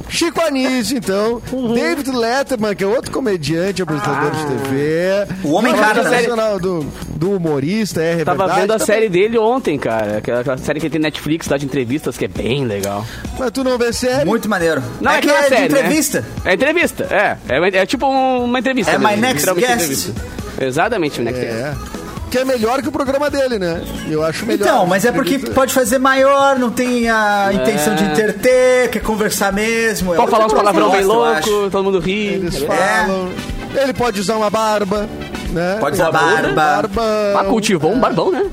[SPEAKER 3] Chico Anísio, então.
[SPEAKER 2] Uhum.
[SPEAKER 3] David Letterman, que é outro comediante, apresentador de TV.
[SPEAKER 2] Ah. O homem
[SPEAKER 3] Jornalista
[SPEAKER 2] cara, né?
[SPEAKER 3] nacional do do humorista, é, é
[SPEAKER 5] Tava
[SPEAKER 3] verdade.
[SPEAKER 5] vendo a
[SPEAKER 3] Tá-
[SPEAKER 5] série dele ontem, cara. Aquela, aquela série que ele tem na Netflix, lá de entrevistas, que é bem legal.
[SPEAKER 3] Mas tu não vê série?
[SPEAKER 2] Muito maneiro.
[SPEAKER 5] Não,
[SPEAKER 2] é que
[SPEAKER 5] não
[SPEAKER 2] é de
[SPEAKER 5] série, né?
[SPEAKER 2] entrevista.
[SPEAKER 5] É entrevista, é. É, uma- é tipo um- uma entrevista.
[SPEAKER 2] É
[SPEAKER 5] né?
[SPEAKER 2] my next
[SPEAKER 5] Literalmente
[SPEAKER 2] guest.
[SPEAKER 5] entrevista. Exatamente, o Next Guest.
[SPEAKER 3] É. Que é melhor que o programa dele, né? Eu acho melhor. É.
[SPEAKER 2] Então, mas é porque
[SPEAKER 3] Acredito.
[SPEAKER 2] pode fazer maior, não tem a intenção de interter, quer conversar mesmo. é
[SPEAKER 5] Pode
[SPEAKER 2] outra
[SPEAKER 5] falar uns palavrão bem
[SPEAKER 2] proposta, eu acho.
[SPEAKER 5] louco, todo mundo ri.
[SPEAKER 3] Eles
[SPEAKER 2] É.
[SPEAKER 3] falam. Ele pode usar uma barba, né?
[SPEAKER 2] Pode usar barba.
[SPEAKER 5] Ah, cultivou um barbão, né?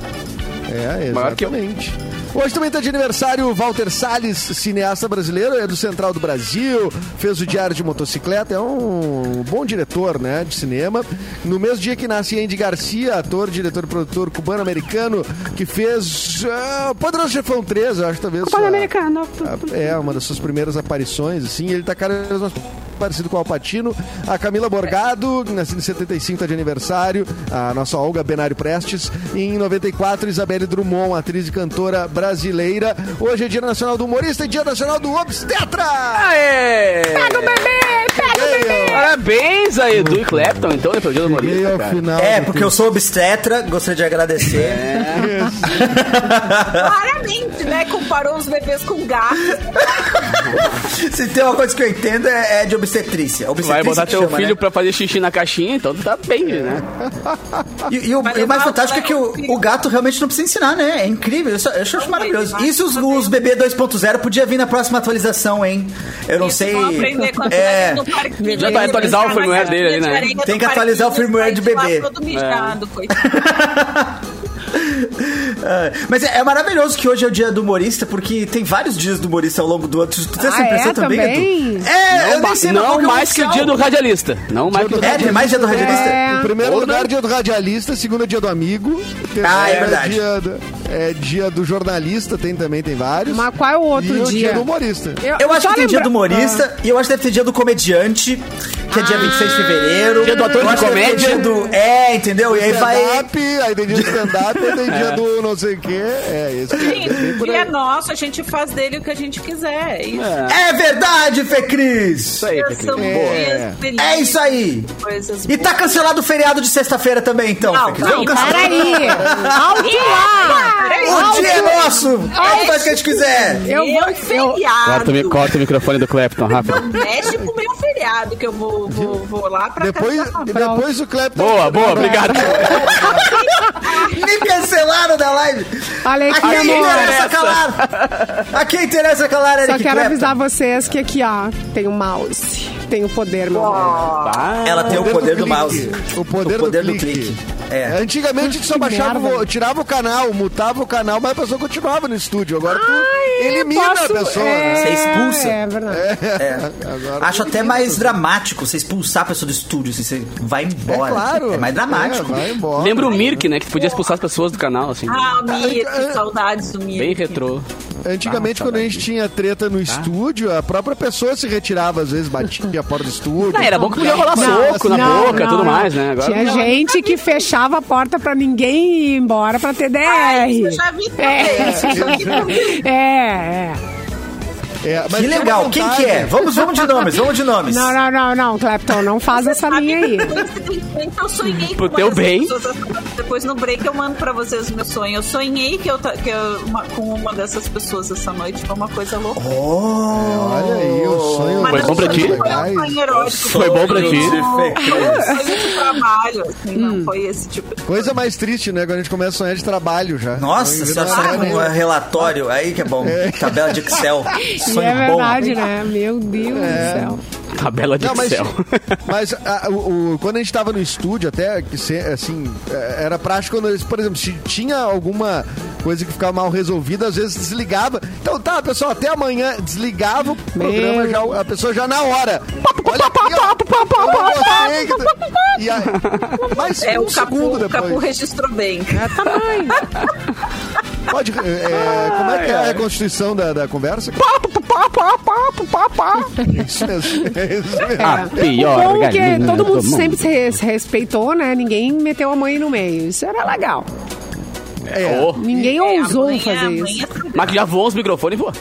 [SPEAKER 3] É,
[SPEAKER 5] Maior que eu.
[SPEAKER 3] exatamente. Hoje também está de aniversário o Walter Salles, cineasta brasileiro, é do Central do Brasil, fez o Diário de Motocicleta, é um bom diretor, né, de cinema. No mesmo dia que nasce Andy Garcia, ator, diretor e produtor cubano-americano, que fez ah, Poderoso Chefão 3, eu acho, talvez. Cubano-americano. É, uma das suas primeiras aparições, assim, ele tá cada vez mais parecido com o Alpatino. A Camila Borgado, que nasceu em 75, tá de aniversário. A nossa Olga Benário Prestes. E em 94, Isabelle Drummond, atriz e cantora brasileira. Hoje é Dia Nacional do Humorista e Dia Nacional do Obstetra!
[SPEAKER 5] Aê!
[SPEAKER 1] Pega o bebê, pega o bebê.
[SPEAKER 5] Parabéns a Edu e Clapton, então, né, pelo dia do
[SPEAKER 3] Meio
[SPEAKER 5] humorista,
[SPEAKER 3] ao
[SPEAKER 5] cara.
[SPEAKER 3] final.
[SPEAKER 2] É,
[SPEAKER 3] do
[SPEAKER 2] porque eu sou obstetra, gostaria de agradecer.
[SPEAKER 4] Claramente, né? Comparou os bebês com gatos.
[SPEAKER 2] Se tem uma coisa que eu entendo é, é de obstetrícia.
[SPEAKER 5] Vai
[SPEAKER 2] obstetrícia
[SPEAKER 5] botar
[SPEAKER 2] que
[SPEAKER 5] teu
[SPEAKER 2] chama,
[SPEAKER 5] filho
[SPEAKER 2] né?
[SPEAKER 5] pra fazer xixi na caixinha, então tu tá bem, né?
[SPEAKER 2] E, e o,
[SPEAKER 4] Vai
[SPEAKER 2] e o mais
[SPEAKER 4] levar-
[SPEAKER 2] fantástico é que o,
[SPEAKER 4] vai-
[SPEAKER 2] o gato realmente não precisa ensinar, né? É incrível. Eu, só- eu acho
[SPEAKER 4] Não,
[SPEAKER 2] maravilhoso.
[SPEAKER 4] ele
[SPEAKER 2] Isso os,
[SPEAKER 4] vai
[SPEAKER 2] os bebê 2.0 podia vir na próxima atualização, hein? Eu não
[SPEAKER 4] Isso,
[SPEAKER 2] sei.
[SPEAKER 4] vão aprender quando
[SPEAKER 2] é,
[SPEAKER 4] tiver no parquinho.
[SPEAKER 5] Já vai
[SPEAKER 4] Ele
[SPEAKER 5] atualizar
[SPEAKER 4] brincar
[SPEAKER 5] o firmware
[SPEAKER 4] na
[SPEAKER 5] dele ali,
[SPEAKER 4] casinha
[SPEAKER 5] né? É.
[SPEAKER 4] de areia
[SPEAKER 2] Tem
[SPEAKER 4] do
[SPEAKER 2] que atualizar o
[SPEAKER 4] parquinho,
[SPEAKER 2] firmware de
[SPEAKER 4] sai lá
[SPEAKER 2] bebê.
[SPEAKER 4] todo mijado, coitado.
[SPEAKER 2] é. mas é, é maravilhoso que hoje é o dia do humorista, porque tem vários dias do humorista ao longo do ano. Tu, tu tem essa
[SPEAKER 1] Ah,
[SPEAKER 2] impressão
[SPEAKER 1] é?
[SPEAKER 2] também,
[SPEAKER 1] Também?
[SPEAKER 2] Edu? É, eu
[SPEAKER 5] ba-
[SPEAKER 2] nem sei mas qual
[SPEAKER 5] não
[SPEAKER 2] é
[SPEAKER 5] mais que o dia
[SPEAKER 2] oficial?
[SPEAKER 5] do radialista. Não mais que o
[SPEAKER 2] É, tem mais dia do radialista?
[SPEAKER 3] Em primeiro
[SPEAKER 5] Porra.
[SPEAKER 3] lugar, dia do radialista, segundo é dia do amigo. terceiro
[SPEAKER 2] Ah, é verdade.
[SPEAKER 3] Dia do, é dia do jornalista, tem também, tem vários.
[SPEAKER 1] Mas qual é o outro
[SPEAKER 3] e o
[SPEAKER 1] dia?
[SPEAKER 3] dia do humorista.
[SPEAKER 2] Eu acho
[SPEAKER 1] só
[SPEAKER 2] que tem dia
[SPEAKER 1] lembra-
[SPEAKER 2] do humorista e eu acho que deve ter dia do comediante, que é dia 26 de fevereiro.
[SPEAKER 5] Dia do ator
[SPEAKER 2] Eu
[SPEAKER 5] de
[SPEAKER 2] acho que deve ter
[SPEAKER 5] comédia.
[SPEAKER 2] dia do- É, entendeu? E aí vai.
[SPEAKER 3] Stand-up, aí tem dia do stand-up, aí tem dia do não sei o quê. É, isso
[SPEAKER 4] Sim,
[SPEAKER 3] bem por
[SPEAKER 4] e
[SPEAKER 3] aí.
[SPEAKER 4] é nosso, a gente faz dele o que a gente quiser. Isso,
[SPEAKER 2] É verdade, Fê Cris!
[SPEAKER 5] Isso aí, Pepe.
[SPEAKER 4] são
[SPEAKER 3] boa.
[SPEAKER 4] dias felizes,
[SPEAKER 2] É isso aí!
[SPEAKER 4] coisas
[SPEAKER 2] E tá
[SPEAKER 4] boas.
[SPEAKER 2] cancelado o feriado de sexta-feira também, então,
[SPEAKER 4] Não,
[SPEAKER 2] Fê Cris. Vamos
[SPEAKER 4] não,
[SPEAKER 2] cancelar.
[SPEAKER 1] Peraí, alto lá.
[SPEAKER 4] Peraí,
[SPEAKER 2] O dia é nosso! A gente faz o que a gente quiser!
[SPEAKER 1] Eu
[SPEAKER 4] meu
[SPEAKER 1] vou... Eu...
[SPEAKER 4] feriado.
[SPEAKER 5] o microfone do Clapton, rápido.
[SPEAKER 4] Mexe com o meu feriado, que eu vou, vou, vou lá pra
[SPEAKER 3] Depois,
[SPEAKER 1] tá
[SPEAKER 4] casa.
[SPEAKER 3] depois o Clepton.
[SPEAKER 5] Boa, boa, obrigado.
[SPEAKER 2] Me cancelaram da live!
[SPEAKER 1] Olha
[SPEAKER 2] A
[SPEAKER 1] aqui,
[SPEAKER 2] quem
[SPEAKER 1] É amor.
[SPEAKER 2] interessa calar! A quem interessa calar, Eric
[SPEAKER 1] Só quero
[SPEAKER 2] Clapton.
[SPEAKER 1] avisar vocês que aqui, ó, tem o mouse. Tem o poder, meu amor.
[SPEAKER 3] É
[SPEAKER 5] Tá.
[SPEAKER 2] Ela tem o poder do, mouse.
[SPEAKER 3] O poder, do, clique.
[SPEAKER 2] É.
[SPEAKER 3] Antigamente a gente só
[SPEAKER 1] Que
[SPEAKER 3] baixava,
[SPEAKER 1] merda.
[SPEAKER 3] o- tirava o canal, mutava o canal, mas a pessoa continuava no estúdio. Agora tu
[SPEAKER 1] Ai,
[SPEAKER 3] elimina
[SPEAKER 1] posso-
[SPEAKER 3] a pessoa.
[SPEAKER 1] é,
[SPEAKER 3] né?
[SPEAKER 2] Você expulsa.
[SPEAKER 1] É verdade.
[SPEAKER 3] Agora
[SPEAKER 2] Acho
[SPEAKER 3] tu
[SPEAKER 2] até
[SPEAKER 3] elimina.
[SPEAKER 2] mais dramático você expulsar a pessoa do estúdio, assim, você vai
[SPEAKER 3] É
[SPEAKER 2] embora.
[SPEAKER 3] claro.
[SPEAKER 2] É mais dramático.
[SPEAKER 3] É, vai embora.
[SPEAKER 5] Lembra o Mirk, né? Que tu podia expulsar as pessoas do canal, assim.
[SPEAKER 4] Ah, Mir, que saudades do Mir.
[SPEAKER 5] Bem retrô. Ah,
[SPEAKER 3] Antigamente, quando a gente tinha treta no estúdio, a própria pessoa se retirava, às vezes batia a porta do estúdio.
[SPEAKER 5] Não, era bom que podia rolar
[SPEAKER 3] Não,
[SPEAKER 5] soco na
[SPEAKER 1] Não,
[SPEAKER 5] boca,
[SPEAKER 1] não,
[SPEAKER 5] tudo
[SPEAKER 1] não.
[SPEAKER 5] mais, né? Agora
[SPEAKER 1] Tinha gente
[SPEAKER 4] assim,
[SPEAKER 1] que fechava a porta pra ninguém ir embora pra TDR.
[SPEAKER 4] Ah, isso eu já vi também.
[SPEAKER 2] É.
[SPEAKER 4] Isso eu já vi também.
[SPEAKER 1] É, é.
[SPEAKER 3] É, mas
[SPEAKER 2] Que
[SPEAKER 3] tinha
[SPEAKER 2] legal,
[SPEAKER 3] uma
[SPEAKER 2] quem
[SPEAKER 3] vantagem.
[SPEAKER 2] que é? Vamos, vamos de nomes, vamos de nomes.
[SPEAKER 1] Não, não, não, não, Clepton, não faz essa
[SPEAKER 4] Sabe
[SPEAKER 1] linha aí.
[SPEAKER 4] que coincidentemente eu sonhei
[SPEAKER 5] Pro
[SPEAKER 4] com
[SPEAKER 5] teu
[SPEAKER 4] uma dessas
[SPEAKER 5] bem.
[SPEAKER 4] pessoas. Depois no break eu mando pra vocês o meu sonho. Eu sonhei que eu, ta- que eu- uma- com uma dessas pessoas essa noite. Foi uma coisa louca.
[SPEAKER 2] Oh,
[SPEAKER 3] Olha aí, o sonho.
[SPEAKER 5] Mas bom pra ti?
[SPEAKER 4] não Foi um sonho erótico.
[SPEAKER 5] Foi bom pra ti?
[SPEAKER 4] Foi um sonho de trabalho, assim,
[SPEAKER 1] Hum.
[SPEAKER 4] não foi esse tipo de
[SPEAKER 3] Coisa mais triste, né? Quando a gente começa a sonhar de trabalho já.
[SPEAKER 2] Nossa,
[SPEAKER 3] Não
[SPEAKER 2] senhora,
[SPEAKER 3] inventa
[SPEAKER 2] sonhar
[SPEAKER 3] nada,
[SPEAKER 2] com um
[SPEAKER 3] né?
[SPEAKER 2] relatório aí que é bom. Tabela de Excel.
[SPEAKER 1] E
[SPEAKER 2] Sonho
[SPEAKER 1] é
[SPEAKER 2] bom.
[SPEAKER 1] verdade, né? Meu Deus do céu.
[SPEAKER 5] Tabela de
[SPEAKER 3] Não, mas,
[SPEAKER 5] Excel.
[SPEAKER 3] mas a- o, o- quando a gente tava no estúdio, até que se- assim, é, era prático quando eles, por exemplo, se tinha alguma coisa que ficava mal resolvida, às vezes desligava. Então tá, pessoal, até amanhã desligava o programa,
[SPEAKER 1] Meu.
[SPEAKER 3] já- a pessoa já na hora. Olha aqui, ó, eu não gostei que tá- e aí, mais
[SPEAKER 4] É,
[SPEAKER 3] um
[SPEAKER 4] o Capu,
[SPEAKER 3] segundo
[SPEAKER 4] o
[SPEAKER 3] depois.
[SPEAKER 4] Capu registrou bem.
[SPEAKER 3] Pode, é, é, como é que é a constituição da, da conversa? Isso mesmo. é isso mesmo.
[SPEAKER 5] A
[SPEAKER 1] o bom
[SPEAKER 5] Ah, pior
[SPEAKER 1] é que
[SPEAKER 5] galinha né?
[SPEAKER 1] todo
[SPEAKER 5] do
[SPEAKER 1] mundo sempre se res- respeitou, né? Ninguém meteu a mãe no meio. Isso era legal.
[SPEAKER 5] É. Oh.
[SPEAKER 1] Ninguém ousou
[SPEAKER 5] É.
[SPEAKER 4] É, Amanhã-
[SPEAKER 1] fazer
[SPEAKER 4] amanhã
[SPEAKER 1] isso.
[SPEAKER 4] é
[SPEAKER 5] Mas já voou os microfones e voou.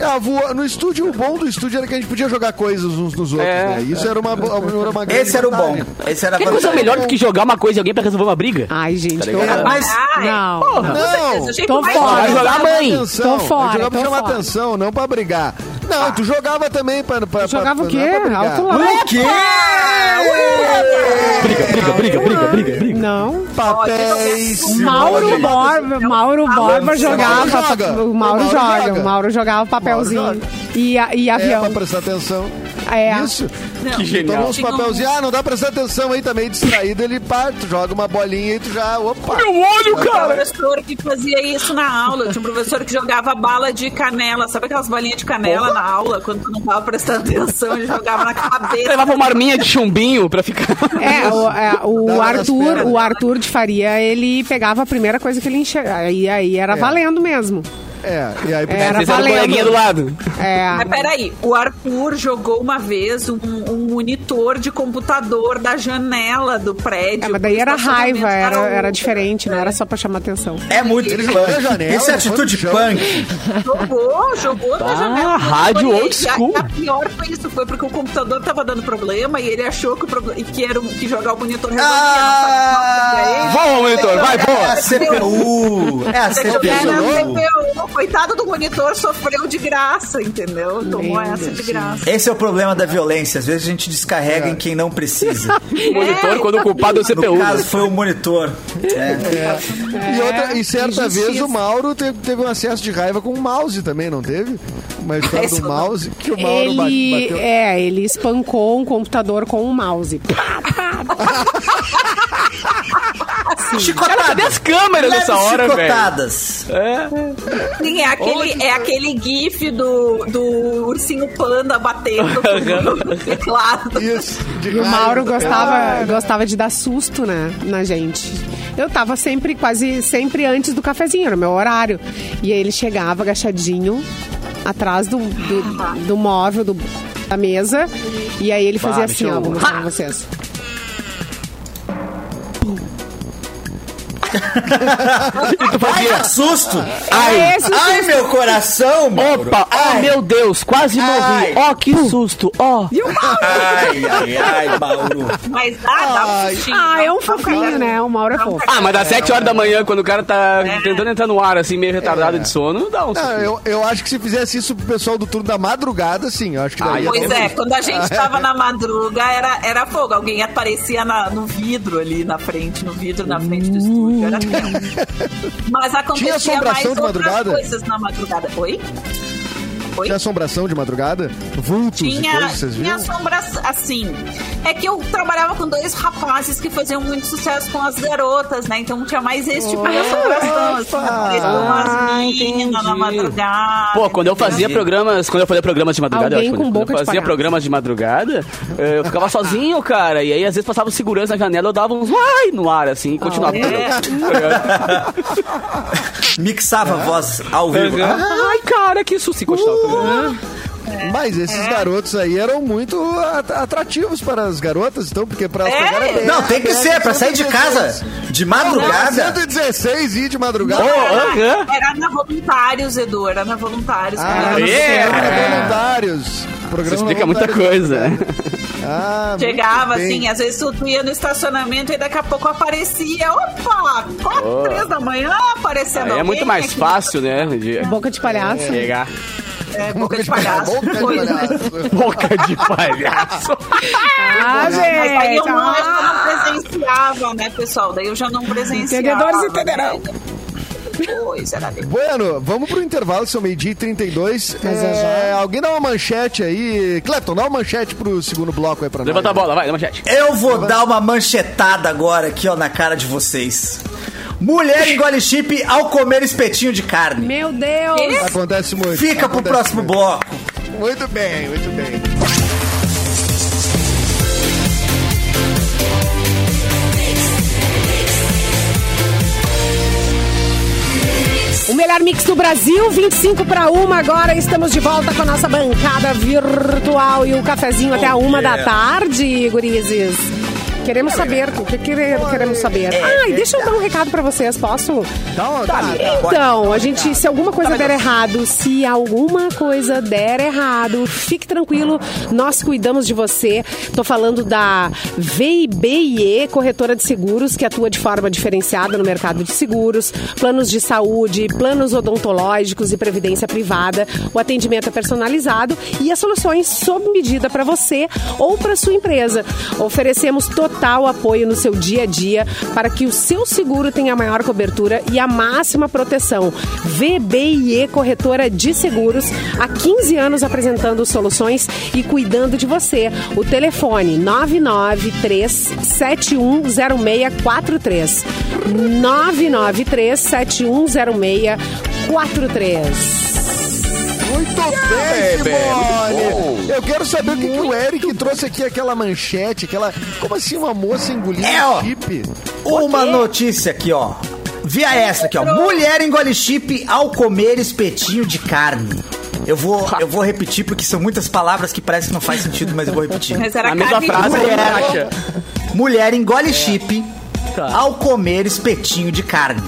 [SPEAKER 3] Ah, voa- no estúdio, o bom do estúdio era que a gente podia jogar coisas uns nos outros,
[SPEAKER 5] É.
[SPEAKER 3] né? Isso era uma, bo- era uma grande
[SPEAKER 2] Esse era o bom.
[SPEAKER 3] vantagem.
[SPEAKER 2] Esse era a
[SPEAKER 5] Que coisa
[SPEAKER 2] vantagem.
[SPEAKER 5] melhor do que jogar uma coisa em alguém pra resolver uma briga?
[SPEAKER 1] Ai, gente, que
[SPEAKER 5] ligado?
[SPEAKER 1] horror.
[SPEAKER 2] Mas-
[SPEAKER 4] Ah, é.
[SPEAKER 1] Não.
[SPEAKER 5] Porra.
[SPEAKER 4] Com certeza,
[SPEAKER 3] Não.
[SPEAKER 4] o jeito
[SPEAKER 1] Tô
[SPEAKER 3] Então
[SPEAKER 4] mais
[SPEAKER 1] fora.
[SPEAKER 5] Vai
[SPEAKER 4] fácil-
[SPEAKER 5] jogar, mãe.
[SPEAKER 3] Atenção.
[SPEAKER 1] Tô Então fora,
[SPEAKER 3] Eu jogava pra
[SPEAKER 1] tô
[SPEAKER 3] chamar
[SPEAKER 1] fora.
[SPEAKER 3] atenção, não pra brigar. Não, tu jogava também pra. pra
[SPEAKER 1] Jogava
[SPEAKER 3] pra,
[SPEAKER 1] o quê?
[SPEAKER 3] não é pra brigar.
[SPEAKER 1] Alto lá.
[SPEAKER 2] O quê?
[SPEAKER 5] Briga, briga, briga, briga, briga, briga.
[SPEAKER 1] Não.
[SPEAKER 3] Papéis.
[SPEAKER 1] O Mauro Borba, Mauro Borba
[SPEAKER 2] Mauro
[SPEAKER 1] jogava.
[SPEAKER 3] joga.
[SPEAKER 1] O Mauro
[SPEAKER 3] O Mauro
[SPEAKER 1] joga.
[SPEAKER 3] joga.
[SPEAKER 1] O Mauro jogava papelzinho.
[SPEAKER 3] Mauro
[SPEAKER 1] E, a- e
[SPEAKER 3] É,
[SPEAKER 1] avião.
[SPEAKER 3] pra prestar atenção.
[SPEAKER 1] É.
[SPEAKER 3] Isso.
[SPEAKER 4] Não.
[SPEAKER 5] Que genial.
[SPEAKER 3] Tomou uns
[SPEAKER 4] Tinha um-
[SPEAKER 3] papelzinhos. Ah, não dá pra prestar atenção aí também. Distraído, ele pá, tu joga uma bolinha e tu já. Opa!
[SPEAKER 5] Meu olho,
[SPEAKER 4] Tinha um
[SPEAKER 5] cara!
[SPEAKER 4] professor que fazia isso na aula. Tinha um professor que jogava bala de canela. Sabe aquelas bolinhas de canela na aula? Quando tu não tava prestando atenção, ele jogava na
[SPEAKER 5] Eu
[SPEAKER 4] cabeça.
[SPEAKER 5] levava uma arminha de chumbinho pra ficar.
[SPEAKER 1] É, o, é, o
[SPEAKER 3] Dava nas
[SPEAKER 1] Arthur,
[SPEAKER 3] pernas.
[SPEAKER 1] o Arthur de Faria, ele pegava a primeira coisa que ele enxergava. E aí era valendo mesmo.
[SPEAKER 3] É, e
[SPEAKER 1] Era
[SPEAKER 3] aí
[SPEAKER 5] Vocês eram
[SPEAKER 1] valendo.
[SPEAKER 5] coleguinha do lado.
[SPEAKER 1] É.
[SPEAKER 4] Mas peraí, o Arthur jogou uma vez um, um monitor de computador da janela do prédio.
[SPEAKER 1] É, mas
[SPEAKER 3] um
[SPEAKER 1] daí era
[SPEAKER 4] O estacionamento
[SPEAKER 1] raiva, era,
[SPEAKER 4] o-
[SPEAKER 1] era diferente, não era só pra chamar atenção.
[SPEAKER 2] É muito
[SPEAKER 3] Ele jogou na
[SPEAKER 2] punk.
[SPEAKER 3] janela,
[SPEAKER 2] Isso é
[SPEAKER 3] não foi
[SPEAKER 2] atitude
[SPEAKER 3] no chão.
[SPEAKER 2] punk.
[SPEAKER 4] Jogou, jogou
[SPEAKER 5] Bah,
[SPEAKER 4] na janela.
[SPEAKER 5] Ah, rádio
[SPEAKER 4] Olhei,
[SPEAKER 5] old
[SPEAKER 4] e a-
[SPEAKER 5] school.
[SPEAKER 4] A, pior foi isso, foi porque o computador tava dando problema e ele achou que, o proble- que, era um, que jogar o monitor resolvia.
[SPEAKER 2] Ah,
[SPEAKER 5] Vamos, monitor, vai,
[SPEAKER 2] É a
[SPEAKER 5] boa!
[SPEAKER 2] CPU. É a
[SPEAKER 4] Tem que jogar na
[SPEAKER 2] CPU.
[SPEAKER 4] CPU. Coitado do monitor, sofreu de graça, entendeu?
[SPEAKER 1] Meu
[SPEAKER 4] Tomou essa de graça.
[SPEAKER 2] Esse é o problema da violência. Às vezes a gente descarrega em quem não precisa.
[SPEAKER 5] Monitor quando o culpado é o CPU.
[SPEAKER 2] No caso, foi o monitor. É.
[SPEAKER 3] E, outra, e certa
[SPEAKER 1] injustiça.
[SPEAKER 3] vez o Mauro te- teve, um acesso de raiva com o mouse também, não teve? Uma história
[SPEAKER 4] Esse
[SPEAKER 3] do
[SPEAKER 4] eu não-
[SPEAKER 3] mouse que o Mauro bate-
[SPEAKER 1] Ele,
[SPEAKER 3] bateu.
[SPEAKER 1] é, ele espancou um computador com um mouse.
[SPEAKER 5] Cara, cadê
[SPEAKER 2] Chicotadas.
[SPEAKER 5] as
[SPEAKER 2] Leves
[SPEAKER 5] câmeras nessa hora, velho?
[SPEAKER 2] chicotadas.
[SPEAKER 4] Sim, é aquele, é aquele gif do, do ursinho panda batendo no teclado.
[SPEAKER 3] Isso, de
[SPEAKER 1] E o
[SPEAKER 3] raiva.
[SPEAKER 1] Mauro gostava,
[SPEAKER 3] Ah,
[SPEAKER 1] gostava de dar susto né, na gente. Eu tava sempre, quase sempre antes do cafezinho, era o meu horário. E aí ele chegava agachadinho atrás do, do, do móvel, do, da mesa. E aí ele fazia
[SPEAKER 5] me
[SPEAKER 1] assim, ó,
[SPEAKER 5] chamou.
[SPEAKER 1] vou mostrar pra vocês.
[SPEAKER 5] E tu
[SPEAKER 2] Ai,
[SPEAKER 5] fazia.
[SPEAKER 2] que susto!
[SPEAKER 1] É
[SPEAKER 5] Ai!
[SPEAKER 1] esse o
[SPEAKER 2] Ai,
[SPEAKER 1] susto.
[SPEAKER 2] meu coração, Mauro.
[SPEAKER 5] Opa! Ai
[SPEAKER 2] Ai.
[SPEAKER 5] meu Deus, quase morri!
[SPEAKER 2] Ai.
[SPEAKER 5] Ó, que susto! Ó!
[SPEAKER 2] Ai, ai, ai, Mauro.
[SPEAKER 4] Mas dá, dá um
[SPEAKER 3] Ai.
[SPEAKER 4] sustinho.
[SPEAKER 1] Ah, é um
[SPEAKER 4] Dá
[SPEAKER 1] fofinho, né? O Mauro é fofo.
[SPEAKER 5] Ah, mas às 7 horas da manhã, quando o cara tá tentando entrar no ar, assim, meio retardado de sono, dá um susto.
[SPEAKER 3] Não, eu, eu acho que se fizesse isso pro pessoal do turno da madrugada, sim. Eu acho que daí
[SPEAKER 5] Ai,
[SPEAKER 3] ia
[SPEAKER 4] Pois
[SPEAKER 3] ter
[SPEAKER 4] é,
[SPEAKER 3] um-
[SPEAKER 4] quando a gente tava na madruga, era, era fogo. Alguém aparecia na- no vidro ali na frente, no vidro na frente do estúdio.
[SPEAKER 1] Hum.
[SPEAKER 4] Era tenso. Mas acontecia mais
[SPEAKER 3] assombração de
[SPEAKER 4] outras
[SPEAKER 3] madrugada?
[SPEAKER 4] coisas na madrugada. Oi? Oi?
[SPEAKER 3] Tinha assombração de madrugada? Vultos e
[SPEAKER 4] tinha,
[SPEAKER 3] coisas, vocês
[SPEAKER 4] tinha
[SPEAKER 3] viram?
[SPEAKER 4] assombração. Assim, é que eu trabalhava com dois rapazes que faziam muito sucesso com as garotas, né? Então tinha mais esse tipo de assombração. Assim, aparecia
[SPEAKER 5] Ah,
[SPEAKER 4] umas meninas na
[SPEAKER 5] entendi.
[SPEAKER 4] madrugada. né?
[SPEAKER 5] Pô, quando eu fazia
[SPEAKER 2] Entendi.
[SPEAKER 5] programas, quando eu fazia programas de madrugada,
[SPEAKER 1] Alguém
[SPEAKER 5] eu acho,
[SPEAKER 1] com
[SPEAKER 5] quando
[SPEAKER 1] boca
[SPEAKER 5] eu
[SPEAKER 1] de
[SPEAKER 5] fazia
[SPEAKER 1] palhaço.
[SPEAKER 5] programas de madrugada, eh, eu ficava sozinho, cara, e aí às vezes passava o segurança na janela, eu dava uns ai no ar, assim, e continuava.
[SPEAKER 1] Ah, é?
[SPEAKER 4] É.
[SPEAKER 2] Mixava a voz ao vivo.
[SPEAKER 5] ai, cara, que susto, e
[SPEAKER 1] Uh,
[SPEAKER 5] continuava.
[SPEAKER 3] Mas esses
[SPEAKER 4] É.
[SPEAKER 3] garotos aí eram muito at- atrativos para as garotas, então, porque para as
[SPEAKER 4] É?
[SPEAKER 3] pegar a-
[SPEAKER 2] Não, tem que ser, pra sair de casa de madrugada.
[SPEAKER 3] 116 e de madrugada.
[SPEAKER 5] Não,
[SPEAKER 4] Era,
[SPEAKER 5] aham.
[SPEAKER 4] era na Voluntários, Edu, era na Voluntários.
[SPEAKER 3] Ah,
[SPEAKER 4] Era-
[SPEAKER 3] nossa,
[SPEAKER 5] é.
[SPEAKER 3] programa voluntários. Programa
[SPEAKER 5] Isso explica muita
[SPEAKER 3] voluntários.
[SPEAKER 5] coisa. né?
[SPEAKER 3] Ah, muito
[SPEAKER 4] Chegava
[SPEAKER 3] bem.
[SPEAKER 4] assim, às vezes tu tu ia no estacionamento e daqui a pouco aparecia, opa, quatro, três da manhã
[SPEAKER 1] Tá
[SPEAKER 4] aparecendo
[SPEAKER 5] Aí é
[SPEAKER 4] alguém
[SPEAKER 5] muito mais
[SPEAKER 4] aqui.
[SPEAKER 5] fácil, né? De
[SPEAKER 1] Boca de palhaço.
[SPEAKER 5] pegar
[SPEAKER 4] É, boca de palhaço.
[SPEAKER 3] Boca de palhaço.
[SPEAKER 4] Pois é.
[SPEAKER 5] boca de palhaço.
[SPEAKER 1] Ah,
[SPEAKER 4] Mas aí eu
[SPEAKER 1] gente!
[SPEAKER 4] não, eu
[SPEAKER 1] ah.
[SPEAKER 4] não presenciava, né, pessoal? Daí eu já não presenciava. né?
[SPEAKER 1] Entendedores entenderão.
[SPEAKER 4] Pois, era bem.
[SPEAKER 3] Bueno, vamos pro intervalo, são meio-dia e 32.
[SPEAKER 1] Mas
[SPEAKER 3] é,
[SPEAKER 1] é já.
[SPEAKER 3] Alguém dá uma manchete aí. Clepton, dá uma manchete pro segundo bloco aí pra nós.
[SPEAKER 5] Levanta a bola, vai, dá manchete.
[SPEAKER 2] Eu vou dar uma manchetada agora aqui, ó, na cara de vocês. Mulher engole chip ao comer espetinho de carne.
[SPEAKER 1] Meu Deus!
[SPEAKER 3] Acontece muito.
[SPEAKER 2] Fica pro
[SPEAKER 3] acontece
[SPEAKER 2] próximo
[SPEAKER 3] muito.
[SPEAKER 2] bloco.
[SPEAKER 3] Muito bem, muito bem.
[SPEAKER 1] O melhor mix do Brasil, 25 para uma agora. Estamos de volta com a nossa bancada virtual e o cafezinho até a uma
[SPEAKER 2] yeah.
[SPEAKER 1] da tarde, gurizes. Queremos saber. O que quere- queremos saber? Ai, deixa eu dar um recado pra vocês, posso?
[SPEAKER 3] Então, tá.
[SPEAKER 1] Então, a gente, se alguma coisa der errado, se alguma coisa der errado, fique tranquilo, nós cuidamos de você. Tô falando da VIBIE, corretora de seguros, que atua de forma diferenciada no mercado de seguros, planos de saúde, planos odontológicos e previdência privada. O atendimento é personalizado e as soluções sob medida para você ou para sua empresa. Oferecemos total apoio no seu dia a dia para que o seu seguro tenha a maior cobertura e a máxima proteção. VBIE Corretora de Seguros, há 15 anos apresentando soluções e cuidando de você. O telefone 993-710643. 993-710643.
[SPEAKER 3] Muito bem, Simone! Eu quero saber o que, que o Eric trouxe aqui, aquela manchete, aquela. Como assim uma moça engolindo
[SPEAKER 2] É, ó.
[SPEAKER 3] um chip?
[SPEAKER 2] Uma notícia aqui, ó. Via essa aqui, ó. Mulher engole chip ao comer espetinho de carne. Eu vou, eu vou repetir porque são muitas palavras que parece que não faz sentido, mas eu vou repetir.
[SPEAKER 4] Mas era
[SPEAKER 5] A mesma
[SPEAKER 4] carne
[SPEAKER 5] frase
[SPEAKER 4] dura.
[SPEAKER 5] que acha.
[SPEAKER 2] Mulher engole chip
[SPEAKER 5] Tá.
[SPEAKER 2] ao comer espetinho de carne.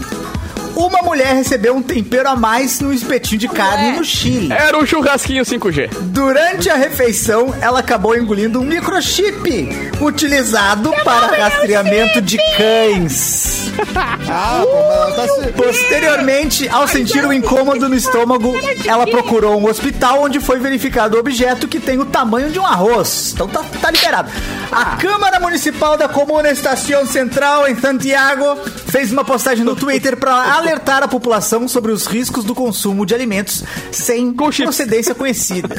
[SPEAKER 2] Uma mulher recebeu um tempero a mais no espetinho de carne
[SPEAKER 4] Ué.
[SPEAKER 2] no Chile.
[SPEAKER 5] Era um churrasquinho 5G.
[SPEAKER 2] Durante a refeição, ela acabou engolindo um microchip utilizado para rastreamento de cães.
[SPEAKER 3] Ah, pô, mas ela tá se.
[SPEAKER 2] Posteriormente, ao sentir um incômodo no estômago, ela procurou um hospital onde foi verificado o objeto que tem o tamanho de um arroz. Então tá, tá liberado.
[SPEAKER 1] Ah.
[SPEAKER 2] A Câmara Municipal da Comuna Estação Central, em Santiago, fez uma postagem no Twitter para alertar a população sobre os riscos do consumo de alimentos sem
[SPEAKER 5] Com chips.
[SPEAKER 2] procedência conhecida.